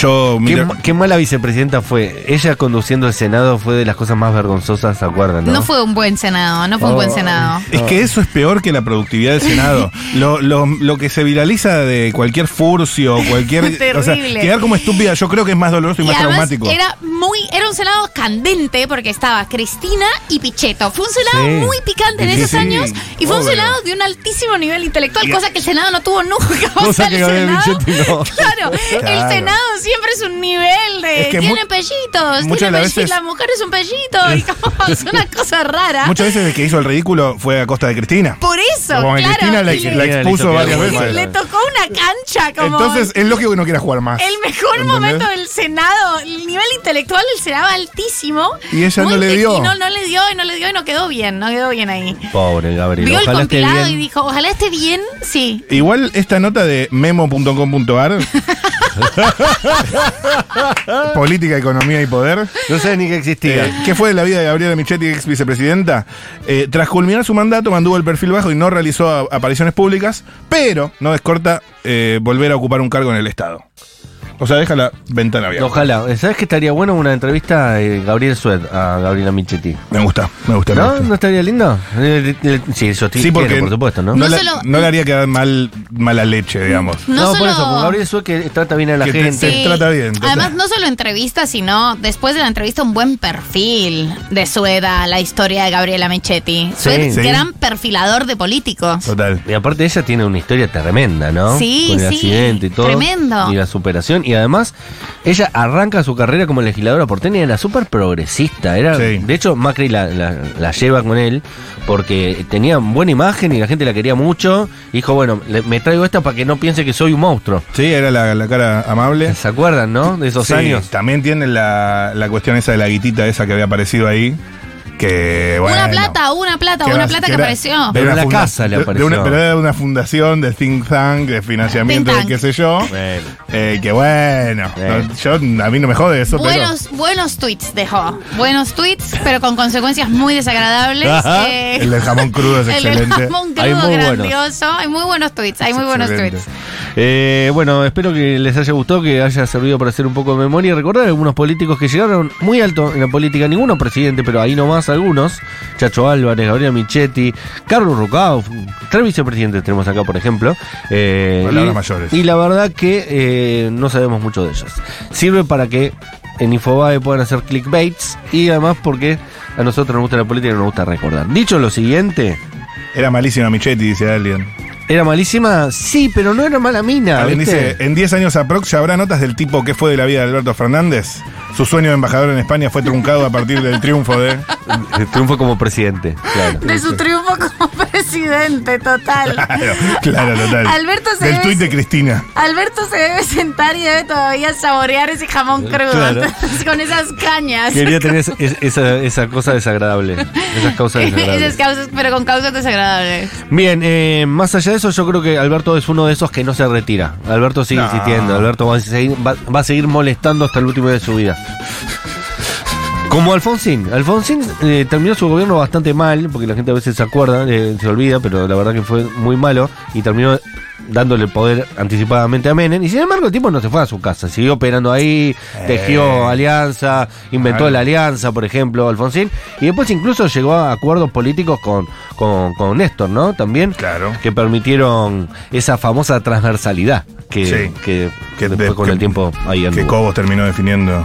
Speaker 3: Yo,
Speaker 1: mm, Qué,
Speaker 3: mira-
Speaker 1: ma- qué mala vicepresidenta fue. Ella conduciendo el Senado fue de las cosas más vergonzosas, ¿se acuerdan? No,
Speaker 2: No, fue un buen senado, no fue
Speaker 3: Oh.
Speaker 2: un buen senado.
Speaker 3: Es
Speaker 1: Ah.
Speaker 3: que eso es peor que la productividad del Senado. Lo, lo- lo que se viraliza de cualquier furcio, cualquier. O sea,
Speaker 2: Terrible.
Speaker 3: quedar como estúpida, yo creo que es más doloroso y, más
Speaker 2: además
Speaker 3: traumático.
Speaker 2: era muy, era un senado candente porque estaba Cristina y Pichetto. Fue un senado
Speaker 1: Sí.
Speaker 2: muy picante en
Speaker 3: Sí,
Speaker 2: esos
Speaker 3: sí, Oh,
Speaker 2: años y fue un
Speaker 3: obvio.
Speaker 2: senado de un altísimo nivel intelectual,
Speaker 3: Y-
Speaker 2: cosa que el senado no tuvo nunca.
Speaker 1: Cosa que
Speaker 2: el
Speaker 1: Gabriel
Speaker 2: senado,
Speaker 1: Bichetti no.
Speaker 2: claro,
Speaker 3: Claro.
Speaker 2: el senado siempre es un nivel de
Speaker 3: Es que mu-
Speaker 2: tiene pellitos,
Speaker 3: muchas de
Speaker 2: tiene
Speaker 3: las
Speaker 2: pellitos,
Speaker 3: veces-
Speaker 2: la mujer es un pellito, y como, es una cosa rara.
Speaker 3: Muchas veces el que hizo el ridículo fue a costa de Cristina.
Speaker 2: Por eso,
Speaker 3: Como que
Speaker 2: claro.
Speaker 3: Cristina la,
Speaker 2: y le,
Speaker 3: la expuso
Speaker 1: Cristina le
Speaker 3: varias
Speaker 1: hizo
Speaker 2: le-
Speaker 1: quedar
Speaker 3: veces.
Speaker 1: muy
Speaker 2: le tocó una cancha como
Speaker 3: Entonces es lógico que no quiera jugar más.
Speaker 2: El mejor
Speaker 3: ¿Entendés?
Speaker 2: momento del Senado, el nivel intelectual del Senado altísimo.
Speaker 3: Y ella
Speaker 2: Muy
Speaker 3: no le
Speaker 2: inte-
Speaker 3: dio.
Speaker 2: Y no, no le dio, y no le dio, y no quedó bien, no quedó bien ahí.
Speaker 1: Pobre Gabriel.
Speaker 2: Vio el
Speaker 1: Ojalá esté
Speaker 2: compilado y
Speaker 1: bien.
Speaker 2: dijo, ojalá esté bien, sí.
Speaker 3: Igual esta nota de memo.com.ar Política, economía y poder.
Speaker 1: No sabes ni que existía.
Speaker 3: Eh, ¿Qué fue de la vida de Gabriela Michetti, ex vicepresidenta? Eh, tras culminar su mandato, mantuvo el perfil bajo y no realizó a- apariciones públicas, pero no descorta eh, volver a ocupar un cargo en el Estado. O sea, deja la ventana abierta.
Speaker 1: Ojalá. ¿Sabes que estaría bueno una entrevista de Gabriel Sued a Gabriela Michetti?
Speaker 3: Me gusta, me gusta. me
Speaker 1: ¿No?
Speaker 3: gusta.
Speaker 1: ¿No estaría lindo? Eh, eh, Sí, eso
Speaker 3: Sí, porque
Speaker 1: por supuesto, ¿no?
Speaker 3: No,
Speaker 2: No
Speaker 3: la-
Speaker 2: solo-
Speaker 3: no le haría quedar mal mala leche, digamos.
Speaker 2: No,
Speaker 1: No, por
Speaker 2: solo-
Speaker 1: eso, porque Gabriel Sued que trata bien a la
Speaker 3: Que te-
Speaker 1: gente.
Speaker 3: te- trata bien, te-
Speaker 2: Además, no solo entrevista, sino después de la entrevista, un buen perfil de Sueda, la historia de Gabriela Michetti. Sueda,
Speaker 1: Sí.
Speaker 2: gran perfilador de políticos.
Speaker 3: Total.
Speaker 1: Y aparte ella tiene una historia tremenda, ¿no?
Speaker 2: Sí,
Speaker 1: Con el
Speaker 2: sí,
Speaker 1: accidente y todo.
Speaker 2: tremendo.
Speaker 1: Y la superación. Y además, ella arranca su carrera como legisladora porteña y era súper progresista. Era,
Speaker 3: Sí.
Speaker 1: De hecho, Macri la, la- la lleva con él porque tenía buena imagen y la gente la quería mucho. Dijo, bueno, le- me traigo esta para que no piense que soy un monstruo.
Speaker 3: Sí, era la, la cara amable.
Speaker 1: ¿Se acuerdan, no? De esos
Speaker 3: Sí,
Speaker 1: años.
Speaker 3: También tiene la, la cuestión esa de la guitita esa que había aparecido ahí. Que bueno.
Speaker 2: una plata, una plata,
Speaker 3: que
Speaker 2: una
Speaker 3: era-
Speaker 2: plata que,
Speaker 3: era-
Speaker 2: apareció.
Speaker 1: Pero en la
Speaker 3: funda-
Speaker 1: casa le
Speaker 3: de- de
Speaker 1: apareció.
Speaker 3: una- pero era de una fundación de think tank, de financiamiento,
Speaker 2: Think
Speaker 3: de qué
Speaker 2: tank.
Speaker 3: sé yo.
Speaker 1: Bueno.
Speaker 3: Eh, que bueno.
Speaker 1: Bueno.
Speaker 3: no, yo, a mí no me jode eso,
Speaker 2: Buenos, buenos tweets dejó. Buenos tweets, pero con consecuencias muy desagradables.
Speaker 1: Ajá.
Speaker 2: Eh,
Speaker 3: pero. El del jamón crudo es
Speaker 2: el del
Speaker 3: excelente.
Speaker 2: jamón
Speaker 1: Hay
Speaker 2: crudo
Speaker 1: muy buenos.
Speaker 2: grandioso. Hay muy buenos tweets, hay muy buenos
Speaker 3: Excelente.
Speaker 2: tweets.
Speaker 1: Eh, bueno, espero que les haya gustado, que haya servido para hacer un poco de memoria y recordar algunos políticos que llegaron muy alto en la política, ninguno presidente, pero ahí nomás algunos, Chacho Álvarez, Gabriel Michetti, Carlos Rucao, tres vicepresidentes tenemos acá, por ejemplo. Eh,
Speaker 3: Palabras
Speaker 1: y,
Speaker 3: mayores.
Speaker 1: Y la verdad que eh, no sabemos mucho de ellos. Sirve para que en Infobae puedan hacer clickbaits y además porque a nosotros nos gusta la política y nos gusta recordar. Dicho lo siguiente...
Speaker 3: Era malísima Michetti, dice alguien.
Speaker 1: Era malísima, sí, pero no era mala mina.
Speaker 3: Alguien
Speaker 1: Ah, ¿viste?
Speaker 3: dice, en 10 años aprox ya habrá notas del tipo que fue de la vida de Alberto Fernández. Su sueño de embajador en España fue truncado a partir del triunfo de...
Speaker 1: El triunfo como presidente, claro.
Speaker 2: De su triunfo como presidente, total.
Speaker 3: Claro, claro, total.
Speaker 2: Alberto se
Speaker 3: Del
Speaker 2: debe-
Speaker 3: tuit de Cristina.
Speaker 2: Alberto se debe sentar y debe todavía saborear ese jamón crudo
Speaker 1: Claro.
Speaker 2: entonces, con esas cañas.
Speaker 1: Quería tener es- es- esa, esa cosa desagradable. Esas causas
Speaker 2: Esas
Speaker 1: desagradables.
Speaker 2: causas, pero con causas desagradables.
Speaker 1: Bien, eh, más allá de eso, yo creo que Alberto es uno de esos que no se retira. Alberto sigue
Speaker 3: No.
Speaker 1: insistiendo. Alberto va a, seguir, va, va a seguir molestando hasta el último día de su vida. Como Alfonsín. Alfonsín eh, terminó su gobierno bastante mal, porque la gente a veces se acuerda, eh, se olvida, pero la verdad que fue muy malo y terminó dándole el poder anticipadamente a Menem. Y sin embargo, el tipo no se fue a su casa, siguió operando ahí, tejió alianza, inventó
Speaker 3: Claro.
Speaker 1: la alianza, por ejemplo, Alfonsín. Y después incluso llegó a acuerdos políticos con, con, con Néstor, ¿no? También.
Speaker 3: Claro.
Speaker 1: Que permitieron esa famosa transversalidad que,
Speaker 3: Sí.
Speaker 1: que
Speaker 3: Que
Speaker 1: después
Speaker 3: de-
Speaker 1: con
Speaker 3: que-
Speaker 1: el tiempo ahí
Speaker 3: Que
Speaker 1: anduvo.
Speaker 3: Cobos terminó definiendo.